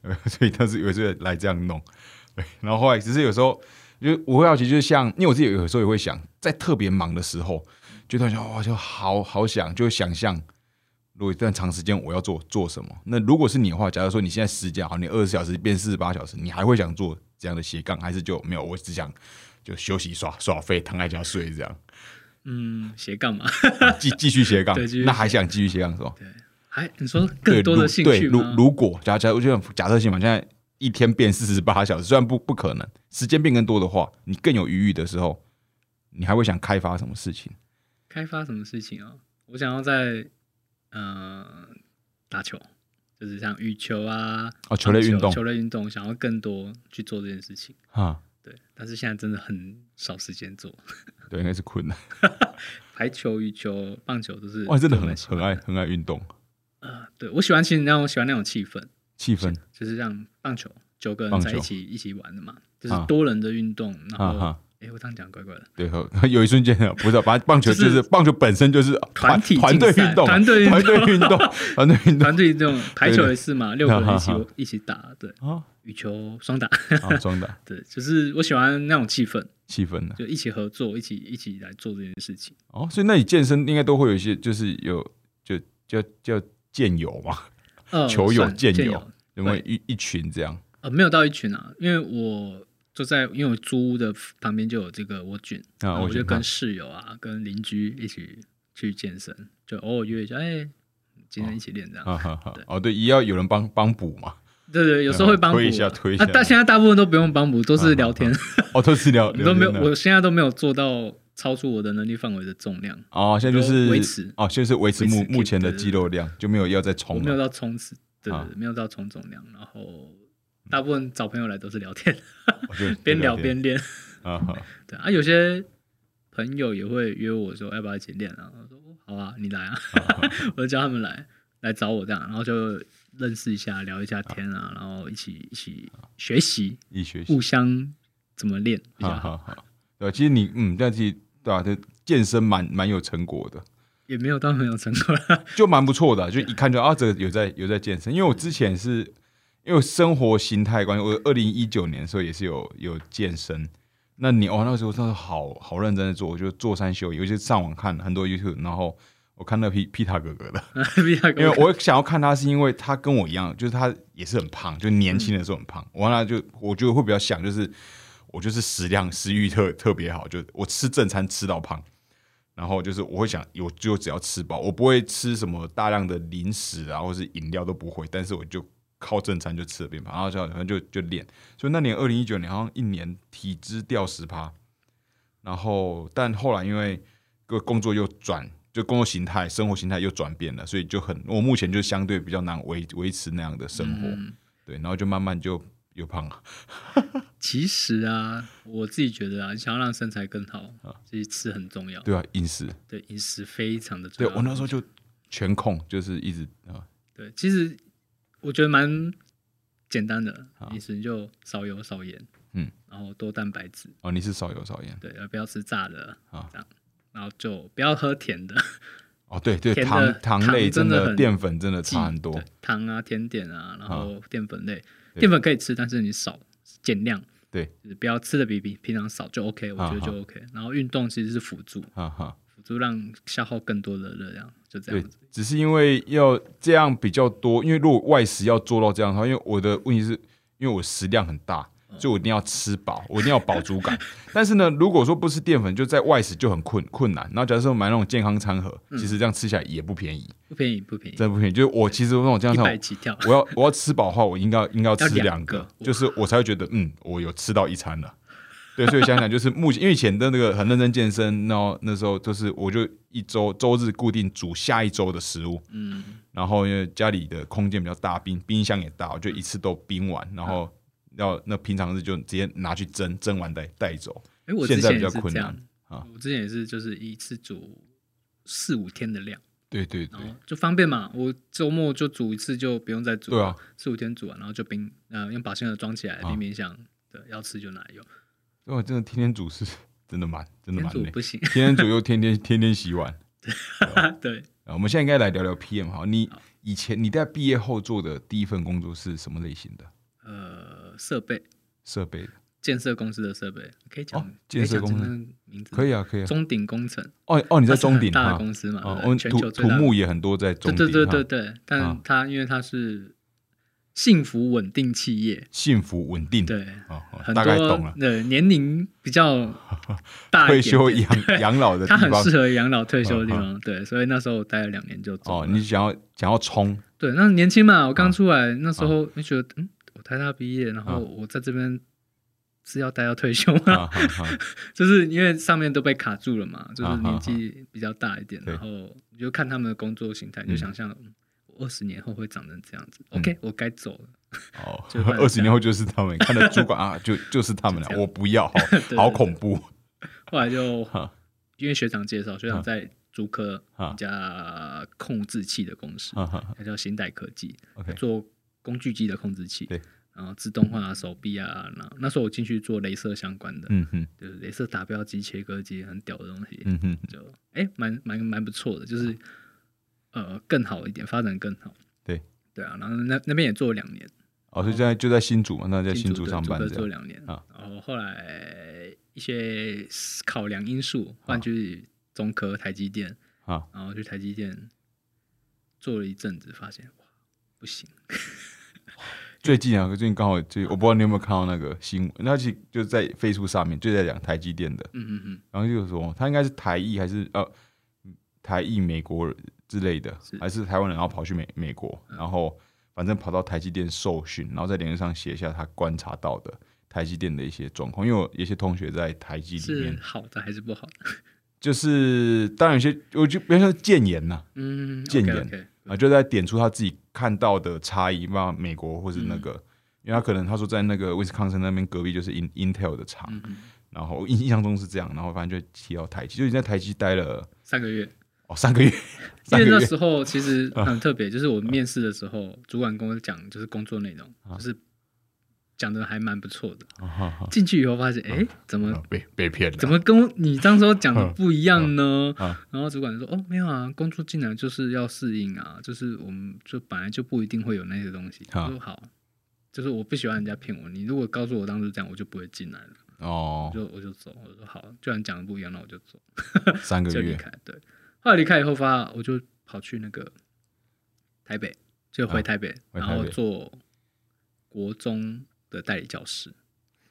S1: 对 [laughs] 所以但是有时候来这样弄，对，然后后来只是有时候就我会好奇，就是像因为我自己有时候也会想，在特别忙的时候，就突然想哇，哦就好好想，就会想象。如果一段长时间我要做做什么？那如果是你的话，假如说你现在时间好，你二十小时变四十八小时，你还会想做这样的斜杠，还是就没有？我只想就休息耍耍废，躺在家睡这
S2: [laughs]
S1: 样，
S2: 嗯，斜杠嘛， [laughs]
S1: 啊继继续斜杠
S2: 对继续斜，
S1: 那
S2: 杠
S1: 还想继续斜杠是吧？
S2: 还你说更多的兴
S1: 对，
S2: 趣
S1: 如
S2: 吗？
S1: 如果假假，我就想假设性嘛，现在一天变四十八小时，虽然不不可能，时间变更多的话，你更有余裕的时候，你还会想开发什么事情？
S2: 开发什么事情啊？我想要在呃打球，就是像羽球啊，
S1: 哦，球类运
S2: 棒
S1: 动
S2: 球类运动，想要更多去做这件事情。
S1: 啊，
S2: 对，但是现在真的很少时间做， [laughs]
S1: 对，应该是困难。
S2: 排球、羽球、棒球都是
S1: 哇，真的很
S2: 蛮喜欢
S1: 很爱很爱运动，
S2: 啊、对我喜欢，其实让我喜欢那种气氛，
S1: 气氛
S2: 就是像棒球九个人
S1: 棒
S2: 在一
S1: 球
S2: 起一起玩的嘛，就是
S1: 啊
S2: 多人的运动。然
S1: 啊
S2: 后，哎、
S1: 哈。
S2: 我这样讲怪怪的，
S1: 对， [laughs] 有一瞬间啊不是，反正棒球就是、
S2: 就是
S1: 棒球本身就是
S2: 团体
S1: 团队
S2: 竞赛
S1: 运动，啊
S2: 团队运动
S1: 团队运动，
S2: [laughs]
S1: 团队运动
S2: 团队这种排球也是嘛，六个人一起
S1: 哈哈
S2: 一起打，对，
S1: 啊，
S2: 羽球双打， [laughs]
S1: 啊，装的
S2: 对，就是我喜欢那种气氛，
S1: 气氛的
S2: 就一起合作，一起一起来做这件事情。
S1: 哦，所以那你健身应该都会有一些，就是有就叫叫健友嘛，
S2: 呃，
S1: 球友
S2: 算
S1: 健
S2: 健
S1: 友
S2: 友，
S1: 有没有一一群这样？
S2: 呃，没有到一群啊，因为我就在因为我租屋的旁边就有这个蜗菌，
S1: 啊
S2: 然后
S1: 蜗
S2: 我就
S1: 菌
S2: 跟
S1: 啊
S2: 室友啊、跟邻居一起去健身，就偶尔约一下，哎，今天一起练这样。
S1: 啊哈哈，哦，对，也要有人帮帮补嘛，
S2: 对对，有时候会帮补
S1: 推一下推一
S2: 啊
S1: 下，
S2: 但现在大部分都不用帮补，都是聊天，
S1: 哦，都是
S2: [laughs]
S1: 聊
S2: 我都没
S1: 聊
S2: 有，
S1: 天的
S2: 我现在都没有做到超出我的能力范围的重量，
S1: 哦，现在就是
S2: 都维持
S1: 哦，就是维持
S2: 维持
S1: 目
S2: keep，
S1: 目前的
S2: 对对
S1: 肌肉量，就没有要再
S2: 我
S1: 冲
S2: 没有
S1: 了
S2: 到冲刺，对对
S1: 啊
S2: 对，没有到冲重量，然后大部分找朋友来都是聊天，
S1: 哦就
S2: 边
S1: 就
S2: 聊
S1: 天
S2: 边练。
S1: 啊哈，
S2: 对啊，有些朋友也会约我说要不要一起练啊？我说哦好啊，你来啊， [laughs] 我就叫他们来来找我这样，然后就认识一下，聊一下天啊，然后一起一起学习，
S1: 一学习
S2: 互相怎么练比较
S1: 好
S2: 好，
S1: 好好，对，其实你嗯，但其实对吧、啊？这健身蛮蛮有成果的，
S2: 也没有到很有成果啦。 [laughs]
S1: 就蛮不错的啊、就一看就啊，这个有在有在健身。因为我之前是因为我生活形态关系，我二零一九年的时候也是有有健身。那你哦，那个时候真的好好认真的做，我就做三休一，我就上网看很多 YouTube，然后我看那皮皮塔哥哥的，
S2: 比较
S1: 因为我想要看他，是因为他跟我一样，就是他也是很胖，就年轻的时候很胖。我那就我觉得会比较想，就是我就是食量食欲特特别好，就我吃正餐吃到胖，然后就是我会想，我就只要吃饱，我不会吃什么大量的零食啊，或是饮料都不会，但是我就靠正餐就吃的变胖，然后就然后就就练。所以那年二零一九年好像一年体脂掉十趴，然后但后来因为个工作又转，就工作形态、生活形态又转变了，所以就很我目前就相对比较难维维持那样的生活，
S2: 嗯
S1: 对，然后就慢慢就又胖了，
S2: 其实啊，我自己觉得啊，想要让身材更好，其实吃很重要，
S1: 对啊，饮食，
S2: 对饮食非常的重
S1: 对
S2: 要。
S1: 我那时候就全控，就是一直啊，
S2: 对，其实我觉得蛮简单的
S1: 好，
S2: 饮食就少油少盐，
S1: 嗯，
S2: 然后多蛋白质，
S1: 哦，你是少油少盐，
S2: 对，呃而不要吃炸的，
S1: 好
S2: 这样，然后就不要喝甜的，
S1: 哦，对对，
S2: 甜的
S1: 糖糖
S2: 糖
S1: 类
S2: 真的
S1: 的
S2: 很
S1: 淀粉真的差很多
S2: [laughs] 对，糖啊、甜点啊，然后淀粉类，
S1: 对
S2: 淀粉可以吃，但是你少减量，
S1: 对，
S2: 就是不要吃的比比平常少就 OK，我觉得就 OK。然后运动其实是辅助，
S1: 哈哈，
S2: 辅就让消耗更多的热量，就这
S1: 对
S2: 样子。，
S1: 只是因为要这样比较多，因为如果外食要做到这样的话，因为我的问题是因为我食量很大，
S2: 嗯
S1: 所以我一定要吃饱，我一定要饱足
S2: [laughs]
S1: 感。但是呢，如果说不吃淀粉，就在外食就很困困难。然后假设买那种健康餐盒，其实这样吃起来也不便宜，
S2: 不便宜，嗯不便宜，
S1: 真的不便宜。就是我其实那种健
S2: 一
S1: 康
S2: 百
S1: 餐
S2: 起跳。
S1: 盒，我要我要吃饱的话，我应该应该要吃
S2: 要两
S1: 两
S2: 个
S1: 个，就是我才会觉得嗯，我有吃到一餐了。对，所以想想就是目前，因为以前的那个很认真健身，然后那时候就是我就一周周日固定煮下一周的食物，
S2: 嗯，
S1: 然后因为家里的空间比较大，冰冰箱也大，我就一次都冰完，然后要那平常日就直接拿去蒸，蒸完再带走。
S2: 哎，我
S1: 现
S2: 之
S1: 在
S2: 前
S1: 比
S2: 也
S1: 较
S2: 是
S1: 困
S2: 这
S1: 难
S2: 样，嗯
S1: 啊
S2: 我之前也是就是一次煮四五天的量，
S1: 对对对
S2: 然后就方便嘛，我周末就煮一次，就不用再煮了。
S1: 对啊
S2: 四五天煮完，然后就冰，呃，用保鲜盒装起来，
S1: 啊
S2: 冰冰箱。对，要吃就拿来用，
S1: 因为我真的天天煮是真的蛮真的
S2: 天
S1: 蛮
S2: 煮
S1: 累，
S2: 不行。
S1: 天天煮 [laughs] 又天天天天洗碗。
S2: [laughs] 对，
S1: 啊，我们现在应该来聊聊 PM 好，你以前你在毕业后做的第一份工作是什么类型的
S2: 呃，设备，
S1: 设备的？
S2: 建设公司的设备，可以讲、
S1: 哦建设公司
S2: 可以讲这个名字吗
S1: 可以啊，可以啊。
S2: 中鼎工程，
S1: 哦哦，你
S2: 你
S1: 在中鼎
S2: 大
S1: 哈
S2: 的？公司嘛，
S1: 哦，
S2: 对
S1: 我们
S2: 全
S1: 土土
S2: 球最大的
S1: 木也很多在中鼎
S2: 对对
S1: 哈
S2: 对对对，但
S1: 啊
S2: 它因为它是幸福稳定企业，
S1: 幸福稳定。
S2: 对，
S1: 哦，哦
S2: 很
S1: 大
S2: 多
S1: 概懂了。
S2: 对年龄比较大
S1: 退
S2: 一点
S1: 休
S2: 点，
S1: 养养老的地
S2: [laughs] 它很
S1: 方。
S2: 适合养老退休的地
S1: 嗯嗯
S2: 方，对，所以那时候我待了两年就走
S1: 哦，
S2: 了。
S1: 你想要想要
S2: [laughs]
S1: 冲，
S2: 对，那年轻嘛，我刚出来、那时候，就觉得嗯，我台大毕业，然后
S1: 嗯
S2: 我在这边是要待到退休吗？
S1: 啊哈哈
S2: [laughs] 就是因为上面都被卡住了嘛，就是
S1: 啊
S2: 年纪比较大一点，
S1: 对
S2: 然后你就看他们的工作形态，你就想象嗯我二十年后会长成这样子。OK，我
S1: 嗯
S2: 该走了。
S1: 哦
S2: 就换，
S1: 二十年后就是他
S2: [laughs]
S1: 们，看到主管啊，就就是他们了
S2: 就这，样
S1: 我不
S2: [laughs]
S1: 要，好
S2: 对
S1: 好恐怖
S2: 后来就
S1: 哈
S2: 因为学长介绍，学长
S1: 啊
S2: 在竹科
S1: 啊
S2: 一家控制器的公司，
S1: 哈啊哈
S2: 它叫新代科技，
S1: ！OK，
S2: 做工具机的控制器
S1: 对。
S2: 然后自动化、手臂啊，然后那时候我进去做镭射相关的，
S1: 嗯哼，
S2: 就是镭射打标机、切割机，很屌的东西。
S1: 嗯哼，
S2: 就哎，蛮蛮蛮不错的，就是呃更好一点，发展更好。
S1: 对
S2: 对啊，然后那那边也做了两年，
S1: 哦，所以现在就在新竹嘛，那在
S2: 新
S1: 新
S2: 竹
S1: 竹
S2: 对
S1: 上班
S2: 竹科
S1: 这
S2: 做
S1: 样，
S2: 两年
S1: 啊
S2: 然后后来一些考量因素，换去中科、台积电，
S1: 啊，
S2: 然后去台积电做了一阵子，发现哇不行，
S1: 最近啊，最近刚好最，我不知道你有没有看到那个新闻，那其实就在 Facebook 上面就在讲台积电的，
S2: 嗯嗯嗯，
S1: 然后就是说哦他应该是台裔还是呃台裔美国人之类的，
S2: 是嗯
S1: 还是台湾人，然后跑去美美国，然后反正跑到台积电受训，然后在脸书上写下他观察到的台积电的一些状况。因为我有些同学在台积里
S2: 是
S1: 面，
S2: 好的还是不好的？
S1: 就是当然有些我就比如说谏言呐、
S2: 嗯，
S1: 建言
S2: o k
S1: 啊，就在点出他自己看到的差异，嘛，美国或是
S2: 嗯
S1: 那个，因为他可能他说在那个威斯康星那边隔壁就是 In Intel 的厂，
S2: 嗯嗯，
S1: 然后印印象中是这样，然后反正就提到台积，就已经在台积待了
S2: 三个月，
S1: 哦三个月，
S2: 因
S1: 三
S2: 为
S1: 个
S2: 那
S1: 月
S2: 时候其实很特别，就是我面试的时候，主管跟我讲就是工作内容，就是讲的还蛮不错的。
S1: 啊哈哈
S2: 进去以后发现，
S1: 啊
S2: 哎，怎么
S1: [laughs] 被被骗了，
S2: 怎么跟我你当时候讲的不一样呢
S1: 嗯嗯？
S2: 然后主管说，哦，没有啊，工作进来就是要适应啊，就是我们就本来就不一定会有那些东西。
S1: 嗯
S2: 我说好，就是我不喜欢人家骗我，你如果告诉我当初这样，我就不会进来了，
S1: 哦
S2: 我，就我就走。我说好，既然讲的不一样，那我就走。
S1: 三个
S2: 就离
S1: 月
S2: 开。对，后来离开以后发，我就跑去那个台北，就回台北，
S1: 哦回
S2: 然
S1: 台
S2: 后
S1: 北
S2: 做国中的代理教师，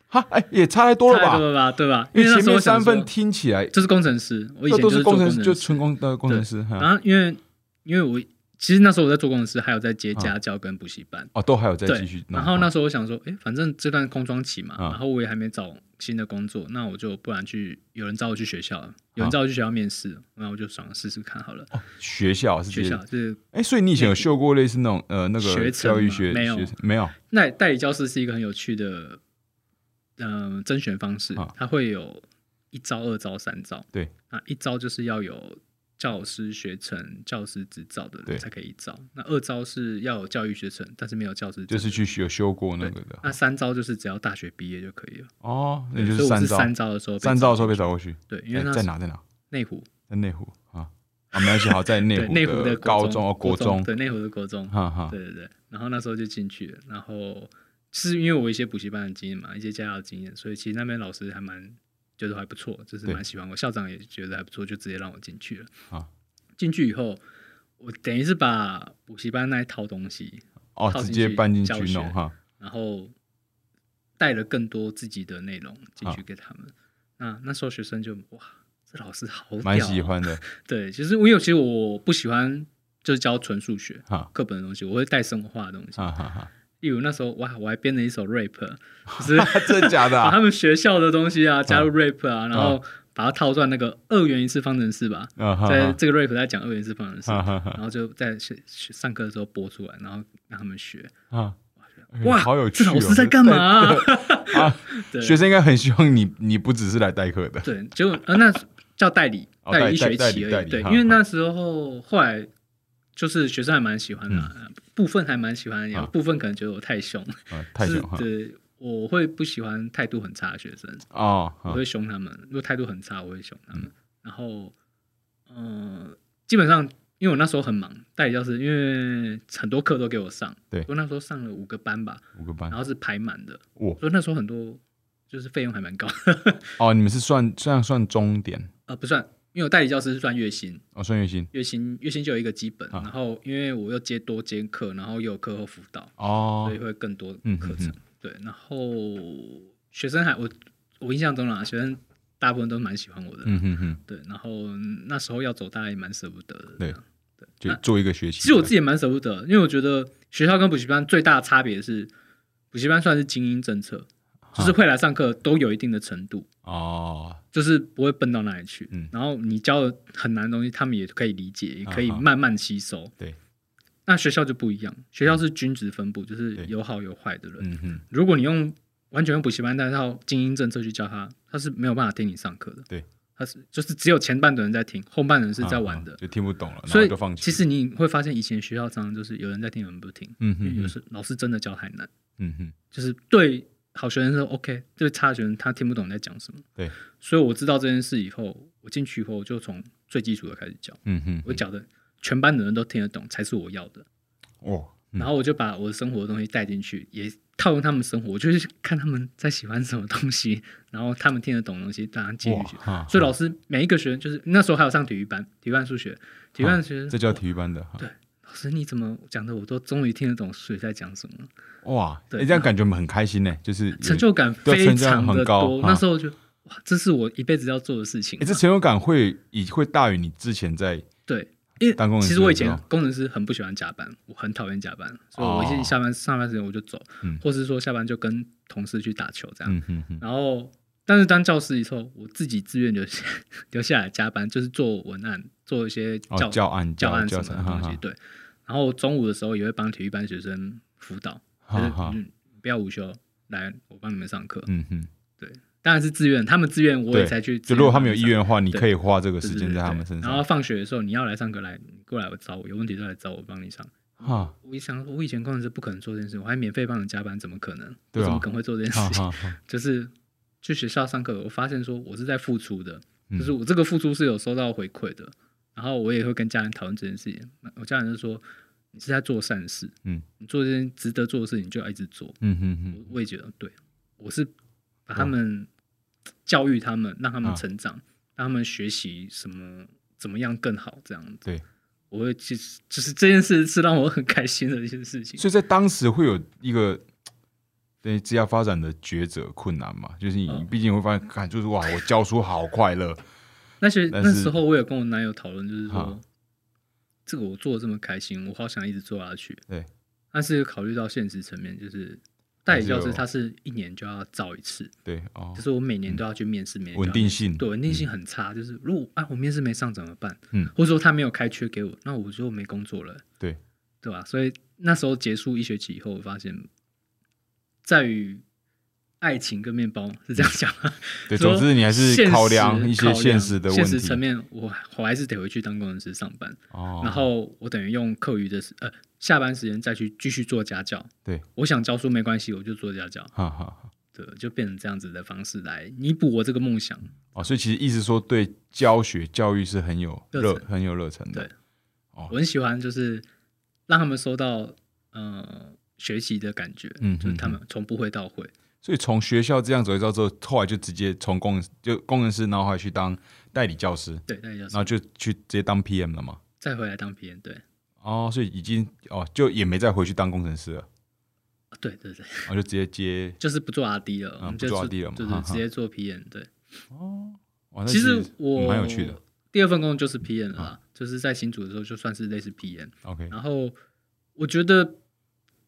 S1: 哈，哎、也差太多了
S2: 差不
S1: 吧？
S2: 多了吧？对吧？
S1: 因为
S2: 为那
S1: 前
S2: 时候
S1: 面
S2: 我想
S1: 三份
S2: 说
S1: 听起来
S2: 就是工程师，我以
S1: 这
S2: 前
S1: 都
S2: 是
S1: 工
S2: 程
S1: 程师，就纯工呃的工程师，哈
S2: 然后因为因为我其实那时候我在做工程师，还有在接家教跟补习班。
S1: 哦，都还有再
S2: 对
S1: 继续弄。
S2: 然后那时候我想说，哎，反正这段空窗期嘛，
S1: 嗯
S2: 然后我也还没找新的工作，那我就不然去，有人找我去学校了，有人找我去学校面试，然后我就想试试看好了。
S1: 哦、学校是
S2: 学
S1: 直接
S2: 校就是
S1: 哎、所以你以前有修过类似那种呃那
S2: 学
S1: 个
S2: 程
S1: 教育
S2: 吗
S1: 学
S2: 没有
S1: 学程没有
S2: 那代理教师是一个很有趣的，嗯、甄选方式
S1: 啊，
S2: 它会有一招、二招、三招。
S1: 对，
S2: 那一招就是要有教师学程、教师执照的
S1: 对
S2: 人才可以一招，那二招是要有教育学程，但是没有教师证，
S1: 就是去有修过那个的
S2: 那三招就是只要大学毕业就可以了。
S1: 哦，那
S2: 对
S1: 就
S2: 所以我
S1: 三
S2: 是
S1: 招
S2: 三招的时候被
S1: 三招的时候被
S2: 进
S1: 找过去，
S2: 去，对，因为
S1: 哎
S2: 那
S1: 在哪在哪
S2: 内湖，
S1: 在内湖啊啊没关系，好在内
S2: [laughs] 对
S1: 湖
S2: 内湖的
S1: 高
S2: 中、
S1: 中哦
S2: 国
S1: 国中，啊
S2: 对内湖的国中，
S1: 哈哈
S2: 对对对，然后那时候就进去了，然后是因为我一些补习班的经验嘛，一些家教的经验，所以其实那边老师还蛮，觉得还不错，就是
S1: 对
S2: 蛮喜欢我。校长也觉得还不错，就直接让我进去了。
S1: 啊，
S2: 进去以后，我等于是把补习班那一套东西，
S1: 哦，
S2: 套
S1: 直
S2: 进
S1: 接
S2: 去
S1: 搬进
S2: 教
S1: 去
S2: 学
S1: 弄哈，
S2: 然后带了更多自己的内容进去
S1: 啊
S2: 给他们。那那时候学生就哇，这老师好屌啊
S1: 蛮喜。欢
S2: [laughs]
S1: 的
S2: 对，就是因为其实我不喜欢就是教纯数学
S1: 哈，
S2: 课本的东西，我会带生活化的东西。
S1: 哈哈哈。 [laughs]
S2: 例如那时候哇，我还编了一首 rap，就是 [laughs]
S1: 真的假的
S2: 把
S1: 啊
S2: 他？们学校的东西啊加入 rap 啊，然后把它套在那个二元一次方程式吧，
S1: [laughs] 啊哈
S2: 在这个 rap 在讲二元一次方程式，
S1: 哈哈哈
S2: 然后就在学学上课的时候播出来，然后让他们学。
S1: 啊！哎
S2: 哇，
S1: 好有趣
S2: 这
S1: 哦！
S2: 老师在干
S1: [laughs]
S2: 嘛啊、
S1: 啊？
S2: [laughs] 对
S1: 学生应该很希望你，你不只是来代课的
S2: 对，结果呃，那叫代理，
S1: 哦
S2: 代理一
S1: 代
S2: 学
S1: 代
S2: 期
S1: 理
S2: 而
S1: 代
S2: 已。
S1: 理
S2: 对，
S1: 哈
S2: 因为那时候后来就是学生还蛮喜欢的啊，部分还蛮喜欢的，
S1: 嗯
S2: 有
S1: 啊
S2: 部分可能觉得我太凶，
S1: 啊，太
S2: 就是
S1: 凶哈！
S2: 对，我会不喜欢态度很差的学生，
S1: 哦，
S2: 我
S1: 啊
S2: 会凶他们。如果态度很差，我会凶他们。然后，呃，基本上因为我那时候很忙，代理教师因为很多课都给我上，
S1: 对啊
S2: 我那时候上了五个班吧，
S1: 五个班
S2: 然后是排满的，
S1: 哇！
S2: 所以那时候很多就是费用还蛮高的， [laughs]
S1: 哦，你们是算这样算终点
S2: 呃，不算，因为我代理教师是算月薪，
S1: 哦，算月薪
S2: 月薪月薪就有一个基本，
S1: 啊
S2: 然后因为我又接多兼课，然后又有课后辅导，
S1: 哦
S2: 所以，会更多
S1: 嗯
S2: 课
S1: 嗯
S2: 程。对，然后学生还我我印象中啦，学生大部分都蛮喜欢我的。
S1: 嗯哼哼，
S2: 对，然后那时候要走，大家也蛮舍不得的。
S1: 对
S2: 这样
S1: 就做一个学期。
S2: 其实我自己也蛮舍不得，因为我觉得学校跟补习班最大的差别是，补习班算是精英政策，就是
S1: 啊
S2: 会来上课都有一定的程度，
S1: 哦，
S2: 就是不会笨到哪里去。
S1: 嗯
S2: 然后你教的很难的东西，他们也可以理解，也可以
S1: 啊哈
S2: 慢慢吸收。
S1: 对，
S2: 那学校就不一样，学校是均值分布，就是
S1: 对
S2: 有好有坏的人。
S1: 嗯哼，
S2: 如果你用完全用补习班那套精英政策去教他，他是没有办法听你上课的。
S1: 对，
S2: 他是就是只有前半段人在听，后半段是在玩的
S1: 啊啊。就听不懂了，然
S2: 所
S1: 后
S2: 以
S1: 就放弃。
S2: 其实你会发现，以前学校常常就是有人在听，有人不听，
S1: 嗯
S2: 因为有
S1: 哼，
S2: 时老师真的教太难，
S1: 嗯哼，
S2: 就是对好学生说 OK，对差的学生他听不懂你在讲什么。
S1: 对，
S2: 所以我知道这件事以后，我进去以后我就从最基础的开始教，
S1: 嗯哼，
S2: 我讲的全班的人都听得懂才是我要的，
S1: 哦，嗯
S2: 然后我就把我的生活的东西带进去，也套用他们生活，我就是看他们在喜欢什么东西，然后他们听得懂的东西，当然接进去。
S1: 哇，
S2: 所
S1: 以
S2: 以老师每一个学生，就是那时候还有上体育班，体育班数学，体育班的学生
S1: 这叫体育班的哈。
S2: 对老师，你怎么讲的？我都终于听得懂水在讲什么了，
S1: 哇，
S2: 对
S1: 诶这样感觉很开心呢，就是有
S2: 成就感非
S1: 对成
S2: 常的
S1: 就感
S2: 多
S1: 很。高
S2: 那时候就哇，这是我一辈子要做的事情啊
S1: 哎、。这成就感会以会大于你之前在
S2: 对，因
S1: 当工
S2: 为
S1: 程师
S2: 其实我以前
S1: 的时候
S2: 工程师很不喜欢加班，我很讨厌加班，所以我一
S1: 哦
S2: 进下班上班时间我就走，
S1: 嗯
S2: 或是说下班就跟同事去打球这样。
S1: 嗯哼哼
S2: 然后，但是当教师以后，我自己自愿留下 [laughs] 留下来加班，就是做文案，做一些
S1: 哦
S2: 教、
S1: 教案
S2: 教案什
S1: 教
S2: 么的
S1: 程哈
S2: 东西。
S1: 哈
S2: 对，然后中午的时候也会帮体育班学生辅导，就
S1: 哈
S2: 是
S1: 哈，
S2: 嗯不要午休，来我帮你们上课。
S1: 嗯哼，
S2: 当然是自愿，他们自愿我也
S1: 对，
S2: 才去自
S1: 就
S2: 愿帮上。
S1: 如果他们有意愿的话，你
S2: 对
S1: 可以花这个
S2: 对，
S1: 时
S2: 对
S1: 间
S2: 对
S1: 在他
S2: 对
S1: 们身
S2: 然后
S1: 上。
S2: 放学的时候你要来上课来，你过来我找我，有问题就来找我，帮你上。
S1: 哈，
S2: 我一想，我以前工程师不可能做这件事，我还免费帮人加班，怎么可能？
S1: 对啊
S2: 我怎么可能会做这件
S1: 哈
S2: 事情？
S1: 哈哈，
S2: 就是去学校上课，我发现说我是在付出的，
S1: 嗯
S2: 就是我这个付出是有收到回馈的。然后我也会跟家人讨论这件事情，那我家人就说你是在做善事，
S1: 嗯，
S2: 你做这件值得做的事情就要一直做。
S1: 嗯哼哼，
S2: 我我也觉得对，我是把他们教育他们，让他们
S1: 啊
S2: 成长，让他们学习什么怎么样更好这样子。
S1: 对，
S2: 我会其实就是这件事是让我很开心的一件事情。
S1: 所以在当时会有一个。对职业发展的抉择困难嘛，就是你
S2: 嗯
S1: 毕竟会发现，看就是哇，我教书好快乐，
S2: 那些
S1: 但
S2: 那
S1: 是
S2: 时候我有跟我男友讨论，就是说
S1: 啊
S2: 这个我做的这么开心，我好想一直做下去。
S1: 对，
S2: 但是考虑到现实层面，就是代理教
S1: 还是
S2: 师
S1: 有
S2: 他是一年就要招一次，
S1: 对哦
S2: 就，是我每年都要去面试，每年都
S1: 嗯
S2: 要
S1: 稳定性，
S2: 对，稳定性很差。就是如果啊，我面试没上怎么办？
S1: 嗯
S2: 或者说他没有开缺给我，那我就没工作了，
S1: 对，
S2: 对吧、所以那时候结束一学期以后，我发现，在于爱情跟面包是这样讲吗？
S1: 对，
S2: 说
S1: 总之你还是
S2: 现
S1: 考
S2: 实
S1: 量一
S2: 考
S1: 些现实的问
S2: 现实层
S1: 题，
S2: 面，我我还是得回去当工程师上班，
S1: 哦，
S2: 然后我等于用课余的时呃下班时间再去继续做家教。
S1: 对，
S2: 我想教书没关系，我就做家教，
S1: 哈哈哈，
S2: 对，就变成这样子的方式来弥补我这个梦想。
S1: 哦，所以其实意思说，对教学教育是很有
S2: 热
S1: 热
S2: 忱
S1: 很有热忱的
S2: 对。我很喜欢，就是让他们收到呃学习的感觉，
S1: 嗯
S2: 就是他
S1: 嗯
S2: 们从不会到会，
S1: 所以从学校这样走一遭之后，后来就直接从工就工程师，然后后来去当代理教师，
S2: 对，那就
S1: 然后
S2: 是
S1: 就去直接当 PM 了嘛。
S2: 再回来当 PM，对，
S1: 哦，所以已经哦，就也没再回去当工程师了，哦
S2: 啊对对 [laughs] 对，
S1: 然后就直接接
S2: 就是不做 RD 了，我们
S1: 啊不
S2: 就
S1: 做
S2: 是
S1: RD 了嘛
S2: 对
S1: 哈哈
S2: 对，直接做 PM，对。
S1: 哦。哇那嗯
S2: 其实我
S1: 蛮有趣的。啊
S2: 第二份工就是 PM 了啦，就是在新组的时候就算是类似 PM，
S1: OK，
S2: 然后我觉得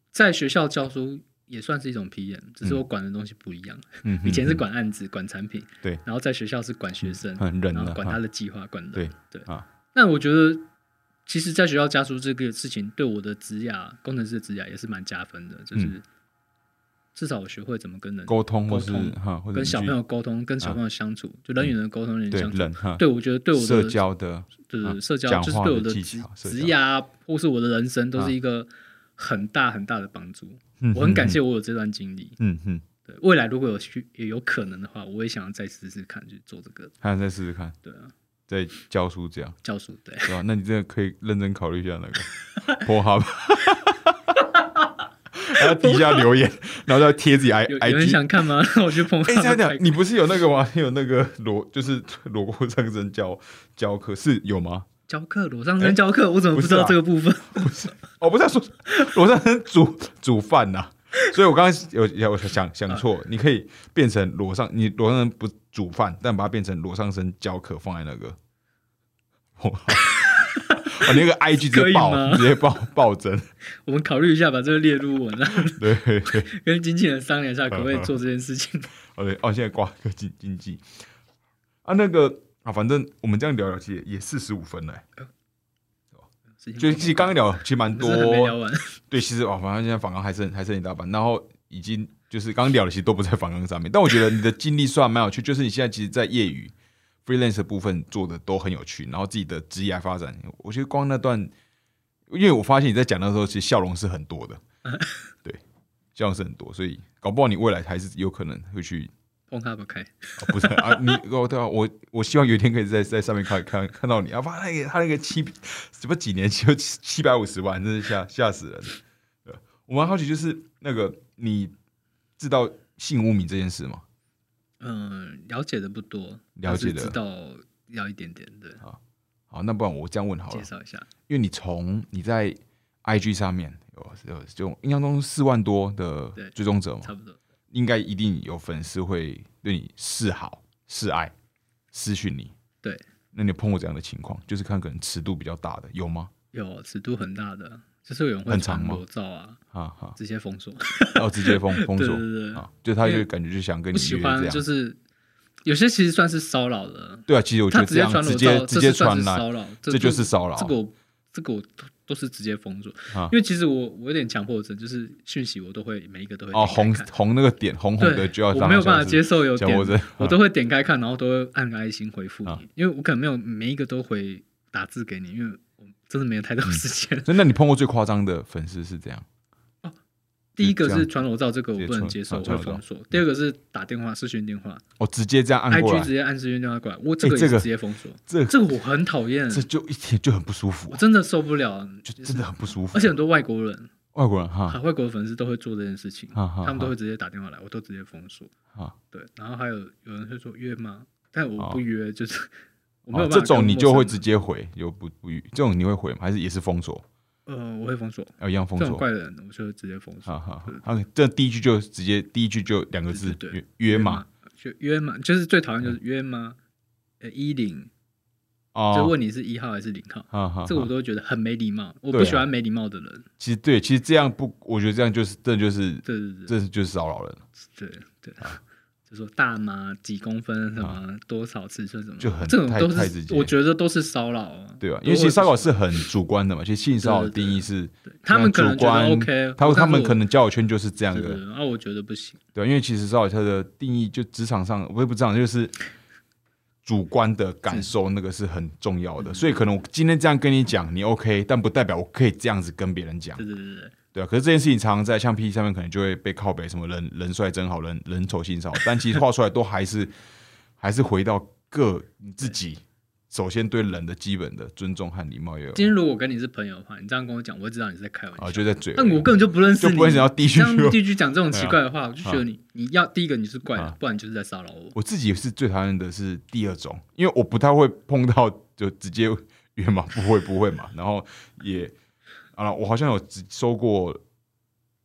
S2: 在学校教书也算是一种 PM，只是我管的东西不一样。
S1: 嗯哼
S2: 以前是管案子、管产品，
S1: 对嗯
S2: 然后在学校是管学生，
S1: 很人
S2: 然
S1: 的
S2: 后管他的计划、管人。
S1: 对
S2: 对
S1: 啊。
S2: 那我觉得，其实在学校教书这个事情，对我的职涯、工程师的职涯也是蛮加分的，就是至少我学会怎么跟
S1: 嗯
S2: 人、
S1: 沟通或是
S2: 沟通
S1: 哈，或者
S2: 跟
S1: 你
S2: 小
S1: 去
S2: 朋友沟通、跟小朋友相处，就人与人的沟通、人与
S1: 啊
S2: 人
S1: 对
S2: 相处。
S1: 人哈，
S2: 对，我觉得对我的
S1: 啊社交的
S2: 对对
S1: 啊
S2: 对，社交
S1: 讲
S2: 就是
S1: 话
S2: 对
S1: 的
S2: 我的
S1: 技
S2: 职
S1: 巧社
S2: 职
S1: 交
S2: 业啊，或是我的人生，都
S1: 啊
S2: 是一个很大很大的帮助。
S1: 嗯
S2: 我很
S1: 嗯
S2: 感谢我有这段经历。
S1: 嗯哼，
S2: 对，未来如果有需也有可能的话，我也想要再试试看，去做这个。
S1: 还想再试试看，
S2: 对啊，
S1: 再教书这样，
S2: 教书对，
S1: 对吧？那你真的可以认真考虑一下那个
S2: [laughs]
S1: 破 [laughs] 哈吧。然后底下留言，然后再贴自己 i
S2: 有
S1: i
S2: 有人
S1: g。
S2: 想看吗？ [laughs] 我去碰。
S1: [laughs] 哎，讲讲，你不是有那个吗？你有那个裸，就是裸过上身教教课是有吗？
S2: 教课裸上身教课，我怎么
S1: 不
S2: 不
S1: 是
S2: 知道
S1: 啊
S2: 这个部分？
S1: 哦，不是啊说裸上身煮煮饭呐。所以我刚刚有有想想
S2: 啊
S1: 错，你可以变成裸上，你裸上身不煮饭，但把它变成裸上身教课放在那个， [laughs] 哇，哦你那个 IG 直
S2: 可
S1: 接
S2: 以
S1: 爆，
S2: 吗
S1: 直接爆爆增，
S2: 我们考虑一下，把这个列入文案，
S1: 对，
S2: [laughs] 跟经纪人商量
S1: 嗯
S2: 一下，可不可以做这件事情？
S1: 哦对，哦现在挂个经经济啊，那个啊，反正我们这样聊聊，其实也也四十五分了、欸，
S2: 事情
S1: 就其实刚刚聊其实蛮
S2: [laughs] 我
S1: 多
S2: 们真的还没聊完， [laughs]
S1: 对，其实哦，反正现在反纲还剩还剩一大半，然后已经就是刚聊的，其实都不在反纲上面。但我觉得你的经历算蛮有趣，就是你现在其实，在业余 freelance 的部分做的都很有趣，然后自己的职业发展，我觉得光那段，因为我发现你在讲的时候，其实笑容是很多
S2: [laughs]
S1: 的，对，笑容是很多，所以搞不好你未来还是有可能会去
S2: 碰它不开。
S1: 啊不是啊，你哦对啊，我我希望有一天可以在在上面看看看到你啊，把那个他那个七什么几年就七百五十万，真是吓吓死人。对啊我蛮好奇，就是那个你知道性污名这件事吗？
S2: 嗯，了解的不多，
S1: 了解的
S2: 但是知道要一点点，对，
S1: 好，那不然我这样问好了
S2: 介，绍一下。
S1: 因为你从你在 IG 上面有有就印象中四万多的
S2: 对
S1: 追踪者嘛，
S2: 差不多。
S1: 应该一定有粉丝会对你示好、示爱、私讯你。
S2: 对，
S1: 那你有碰过这样的情况？就是看可能尺度比较大的有吗？
S2: 有尺度很大的，就是有人会
S1: 很长
S2: 传
S1: 吗
S2: 裸照啊，
S1: 哈哈， [laughs]
S2: 直接封锁。
S1: 要直接封封
S2: 对
S1: 锁
S2: 对对对，
S1: 啊，就他
S2: 因
S1: 就
S2: 为
S1: 感觉就想跟
S2: 不
S1: 你约这
S2: 喜
S1: 样
S2: 欢，就是有些其实算是骚扰了，
S1: 对啊，其实我觉
S2: 他
S1: 得这
S2: 直接
S1: 样
S2: 传裸
S1: 直
S2: 照，
S1: 接
S2: 这
S1: 直
S2: 是
S1: 接
S2: 算
S1: 传
S2: 是
S1: 来，
S2: 骚扰，
S1: 这就是骚扰
S2: 这个我这个我都都是直接封锁
S1: 啊，
S2: 因为其实我我有点强迫症，就是讯息我都会每一个都会
S1: 哦，
S2: 点
S1: 红
S2: 开看
S1: 红那个点红红的
S2: 对
S1: 就要，
S2: 我
S1: 当
S2: 没有办法接
S1: 受
S2: 受有
S1: 强迫症
S2: 点，我都会点开看，然后都会按个爱心回复
S1: 啊
S2: 你，因为我可能没有每一个都回打字给你，因为我真的没有太多 [laughs] 时间。
S1: 所以那你碰过最夸张的粉丝是怎样？
S2: 第一个
S1: 这样
S2: 是传裸照，这个我不能接受，
S1: 直
S2: 我
S1: 接传啊传裸
S2: 会
S1: 照
S2: 封锁；第二个是打电话、视讯电话
S1: 哦，直接这样按过
S2: ，IG
S1: 来
S2: 直，接按视讯电话过来，我这个
S1: 哎
S2: 也
S1: 这个
S2: 直接封锁，
S1: 这
S2: 这个我很讨厌，
S1: 这就一点就很不舒服
S2: 我
S1: 啊，
S2: 真的受不了。
S1: 就真的很不舒服。
S2: 而且很多外国人，
S1: 外国人哈
S2: 啊外国的粉丝都会做这件事情，
S1: 哈哈
S2: 他们都会直接打电话来，我都直接封锁。
S1: 哈，
S2: 对，然后还有有人会说约吗？但我
S1: 哦
S2: 不约，就是我没有
S1: 哦
S2: 办法
S1: 这
S2: 跟陌生人。
S1: 种你就会直接回，有不不语这种你会回吗？还是也是封锁？哦
S2: 呃，我会封锁
S1: 要一样封
S2: 这
S1: 锁？啊
S2: 种怪人，我就会直接封锁。
S1: 哈哈，好这第一句就直接第一句就两个字
S2: 对对
S1: 约约嘛
S2: 吗？就约嘛，就是最讨厌就是约吗？呃，一零
S1: 哦，
S2: 就问你是一号还是零号，
S1: 哈哈，
S2: 这个
S1: 哈
S2: 我都会觉得很没礼貌，我
S1: 对啊
S2: 不喜欢没礼貌的人。
S1: 其实对，其实这样不，我觉得这样就是，这就是，
S2: 对对对
S1: 这就是骚扰人，
S2: 对对，就说大麻几公分什么多少尺寸什么，
S1: 啊就很
S2: 这种
S1: 太
S2: 都
S1: 太直
S2: 是
S1: 接
S2: 我觉得都是骚扰啊。
S1: 对吧？
S2: 都
S1: 因为其实
S2: 会
S1: 骚扰是很主观的嘛，其实性骚扰的
S2: 对对
S1: 定义是
S2: 他们可能
S1: 主
S2: 觉
S1: 观
S2: 得 OK，
S1: 他
S2: 但是
S1: 他们
S2: 我
S1: 可能交友圈就是这样
S2: 对对
S1: 的，
S2: 对，啊，我觉得不行。
S1: 对吧？因为其实骚扰它的定义就职场上，我也不知道，就是主观的感受，那个是很重要
S2: 嗯
S1: 的。所以可能我今天这样跟你讲，你 OK，但不代表我可以这样子跟别人讲
S2: 对，对对对，
S1: 对啊，可是这件事情常常在像 P 上面可能就会被靠北什么人人帅真好人人丑性骚扰，但其实画出来都还是还是回到个你自己首先对人的基本的尊重和礼貌也有
S2: 今天如果跟你是朋友的话，你这样跟我讲，我会知道你是在开玩笑。
S1: 啊，就在嘴而已。
S2: 但我根本就不认识
S1: 就
S2: 你，
S1: 不会想要地
S2: 你
S1: 区
S2: 这样
S1: 去
S2: 地区讲这种奇怪的话，我就觉
S1: 啊
S2: 得你你要第一个你是怪的
S1: 啊，
S2: 不然你就是在骚扰我。 [laughs]
S1: 我自己是最讨厌的是第二种，因为我不太会碰到就直接约嘛，不会不会嘛，然后也啊，我好像有只收过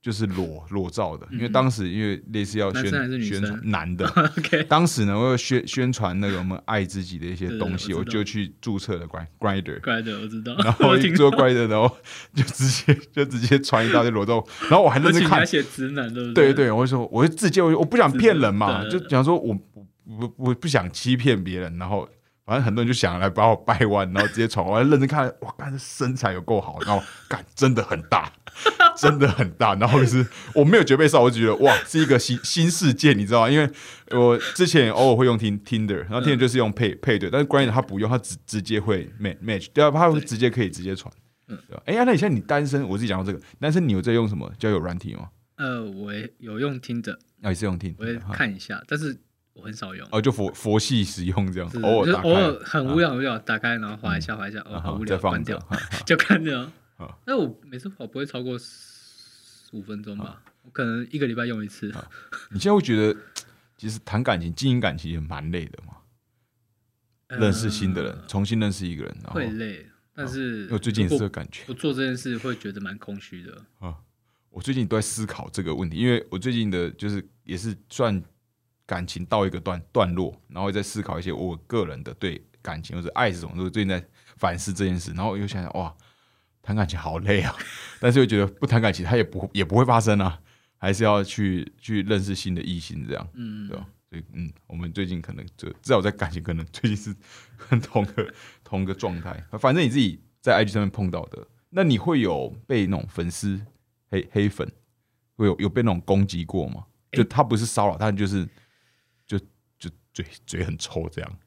S1: 就是裸裸照的，因为当时因为类似要
S2: 嗯男
S1: 宣
S2: 生还是女
S1: 宣传
S2: 生
S1: 男的。
S2: OK，
S1: 当时呢，我要宣宣传那个我们爱自己的一些
S2: 对对
S1: 东西，
S2: 我
S1: 我
S2: 知道
S1: 就去注册了 Grind
S2: [laughs]
S1: Grinder，
S2: 怪的我知道，
S1: 然后
S2: 我
S1: 一
S2: 听
S1: 做 [laughs]
S2: 到
S1: Grinder，然后就直接就直接传一大堆裸照，然后我还认
S2: 而且
S1: 真
S2: 你
S1: 看
S2: 还，写直男，对不
S1: 对
S2: 对
S1: 对，我就说，我就自荐，我我不想骗人嘛，
S2: 自
S1: 就
S2: 荐对
S1: 想说我不不我不想欺骗别人，然后反正很多人就想来把我掰弯，然后直接闯，我还认真看，哇，看这身材有够好，然后干真的很大， [laughs] 真的很大，然后就是我没有觉得被笑，我就觉得哇是一个新 [laughs] 新世界，你知道吗？因为我之前偶尔会用 Tin Tinder，然后
S2: 嗯
S1: Tinder 就是用配配对，但是 Grind 他不用，他直直接会 match match，对啊，他会直接可以直接传。
S2: 嗯
S1: 对吧哎呀，那你现在你单身，我自己讲到这个，单身你有在用什么交友软体吗？
S2: 呃，我也有用听着，
S1: 啊，也是用 Tinder，
S2: 我会
S1: 哈
S2: 看一下，但是我很少用。
S1: 哦，就佛佛系使用这样
S2: 是，
S1: 偶尔
S2: 就是
S1: 打
S2: 偶
S1: 开，
S2: 尔很无聊，无聊打开，然后滑一下，滑一下，哦，
S1: 然
S2: 好
S1: 后
S2: 无
S1: 再
S2: 聊，
S1: 放
S2: 关
S1: 着
S2: 掉，
S1: 哈哈
S2: [laughs] 就看着
S1: 啊。
S2: 但我每次滑不会超过十五分钟
S1: 啊
S2: 吧，我可能一个礼拜用一次。
S1: 你现在会觉得，其实谈感情、经营感情也蛮累的嘛。
S2: 呃
S1: 认识新的人，重新认识一个人，然后
S2: 会累，但是
S1: 因为我最近也是
S2: 如
S1: 这
S2: 果
S1: 个感觉
S2: 不做这件事会觉得蛮空虚的。
S1: 啊。我最近都在思考这个问题，因为我最近的就是也是算感情到一个段段落，然后在思考一些我个人的对感情或者爱是什么，我最近在反思这件事，然后我又想想哇，谈感情好累啊， [laughs] 但是又觉得不谈感情它也不也不会发生啊，还是要去去认识新的异性这样。
S2: 嗯
S1: 对，吧？所以嗯，我们最近可能就至少我在感情可能最近是很同个同个状态。反正你自己在 IG 上面碰到的，那你会有被那种粉丝黑黑粉会有有被那种攻击过吗？就他不是骚扰，他就是就就嘴嘴很臭这样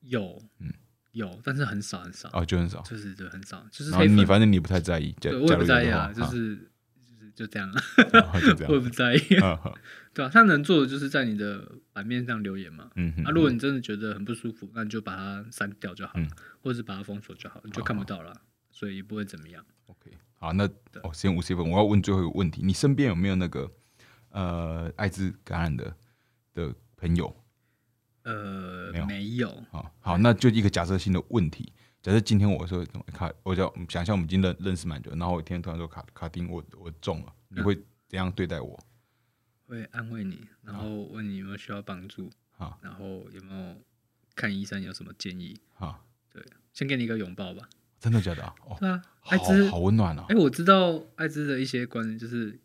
S2: 有，
S1: 嗯
S2: 有，但是很少很少，
S1: 啊，就很少。
S2: 就是对很少，就是
S1: 然后
S2: 黑
S1: 你
S2: 粉，
S1: 反正你不太在意，假
S2: 对
S1: 假如
S2: 我
S1: 有
S2: 也不
S1: 的
S2: 在意
S1: 话
S2: 啊，就
S1: 啊
S2: 是就是就这样，
S1: 啊就这
S2: 我也
S1: 样
S2: 不在意， [laughs]
S1: 啊，啊
S2: 对啊，他能做的就是在你的版面上留言嘛。
S1: 嗯哼，
S2: [laughs] 啊，如果你真的觉得很不舒服，那你就把它删掉就好了，
S1: 嗯
S2: 或者是把它封锁就好，你就看不到了，所以也不会怎么样。
S1: OK，好，那哦，时间五十分，我要问最后一个问题：你身边有没有那个呃艾滋感染的的朋友？
S2: 呃
S1: 没有，
S2: 没有，
S1: 啊，好，那就一个假设性的问题。假设今天我说哎卡，我叫嗯想象我们已经认认识蛮久，然后我今天突然说卡卡丁我我中了，你会怎样对待我？
S2: 会安慰你，然后问你有没有需要帮助，
S1: 啊
S2: 然后有没有看医生有什么建议？
S1: 啊，
S2: 先给你一个拥抱吧。
S1: 真的假的啊？哦，
S2: 对啊，
S1: 好
S2: 艾滋，
S1: 好温暖啊
S2: 哎、！我知道艾滋的一些观念，就是至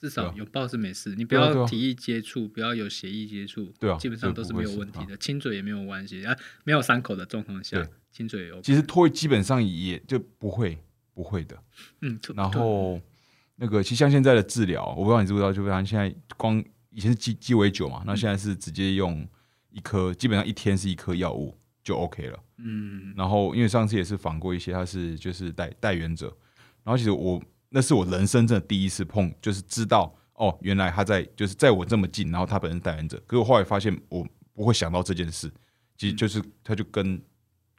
S1: 对
S2: 少
S1: 啊
S2: 拥抱是没事，你不
S1: 对啊对
S2: 要
S1: 啊
S2: 提议接触，不要有协议接触，
S1: 对啊
S2: 基本上
S1: 这
S2: 都
S1: 个
S2: 是
S1: 不会
S2: 没有
S1: 是
S2: 问题
S1: 啊
S2: 的，亲嘴也没有关系啊，没有伤口的状况下
S1: 对，
S2: 亲嘴也 OK。
S1: 其实脱基本上也就不会不会的，
S2: 嗯，突
S1: 然
S2: 突
S1: 后那个，其实像现在的治疗，我不知道你知不知道，就是他现在光以前是鸡鸡尾酒嘛，那现在是直接用一颗，基本上一天是一颗药物就 OK 了。
S2: 嗯
S1: 然后因为上次也是访过一些，他是就是代代言者，然后其实我那是我人生真的第一次碰，就是知道哦，原来他在就是在我这么近，然后他本身是代言者，可是我后来发现我不会想到这件事，其实就是他就跟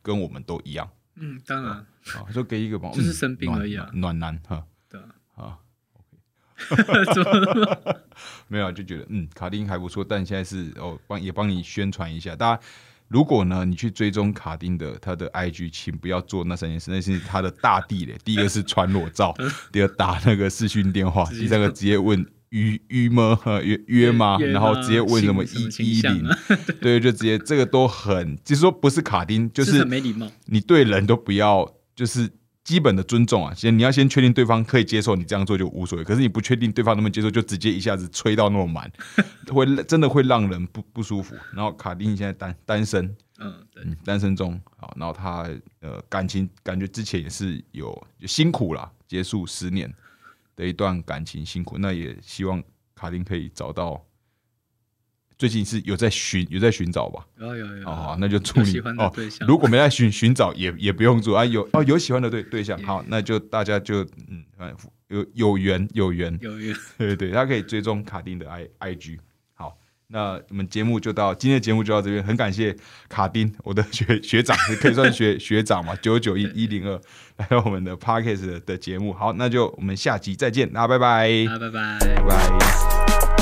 S1: 跟我们都一样
S2: 嗯，当然
S1: 啊，就给一个帮，
S2: 就是生病而已啊
S1: 暖暖暖男哈。
S2: 对啊，
S1: 啊，
S2: [laughs] 怎么
S1: 没有啊就觉得嗯，卡丁还不错，但现在是哦，帮也帮你宣传一下。大家如果呢，你去追踪卡丁的他的 IG，请不要做那三件事，那是他的大地雷。第一个是传裸照，第二打那个视讯电话，第三个直接问约约吗？ [laughs] 呃约约吗？
S2: 约
S1: 然后
S2: 吗
S1: 直接问
S2: 性
S1: 什么
S2: 什么倾
S1: 一一
S2: 向
S1: 零
S2: 啊， [laughs]
S1: 对，就直接这个都很，就是说不是卡丁，就
S2: 就是
S1: 是
S2: 很没礼貌。
S1: 你对人都不要就是基本的尊重啊，先你要先确定对方可以接受你这样做就无所谓，可是你不确定对方能不能接受，就直接一下子吹到那么满， [laughs] 会真的会让人不不舒服。然后卡丁现在单单身，
S2: 嗯，对，
S1: 嗯，单身中，好，然后他呃感情感觉之前也是有有辛苦啦，结束十年的一段感情辛苦，那也希望卡丁可以找到。最近是有在寻有在寻找吧，
S2: 有有有，
S1: 好哦好，那就祝
S2: 嗯有
S1: 你
S2: 喜欢的
S1: 哦
S2: 对。象
S1: 如果没在寻寻找，也也不用做啊。有哦，有喜欢的对对象，
S2: 也
S1: 好，那就大家就嗯，呃有有缘有缘，
S2: 有有
S1: [laughs] 对对对，他可以追踪卡丁的 i i g。好，那我们节目就到今天的节目就到这边，很感谢卡丁，我的学学长，可以算学学长嘛，九九一一零二来到我们的 Parkes 的的节目。好，那就我啊们下集再见，那拜拜，
S2: 啊，拜拜。
S1: 拜拜。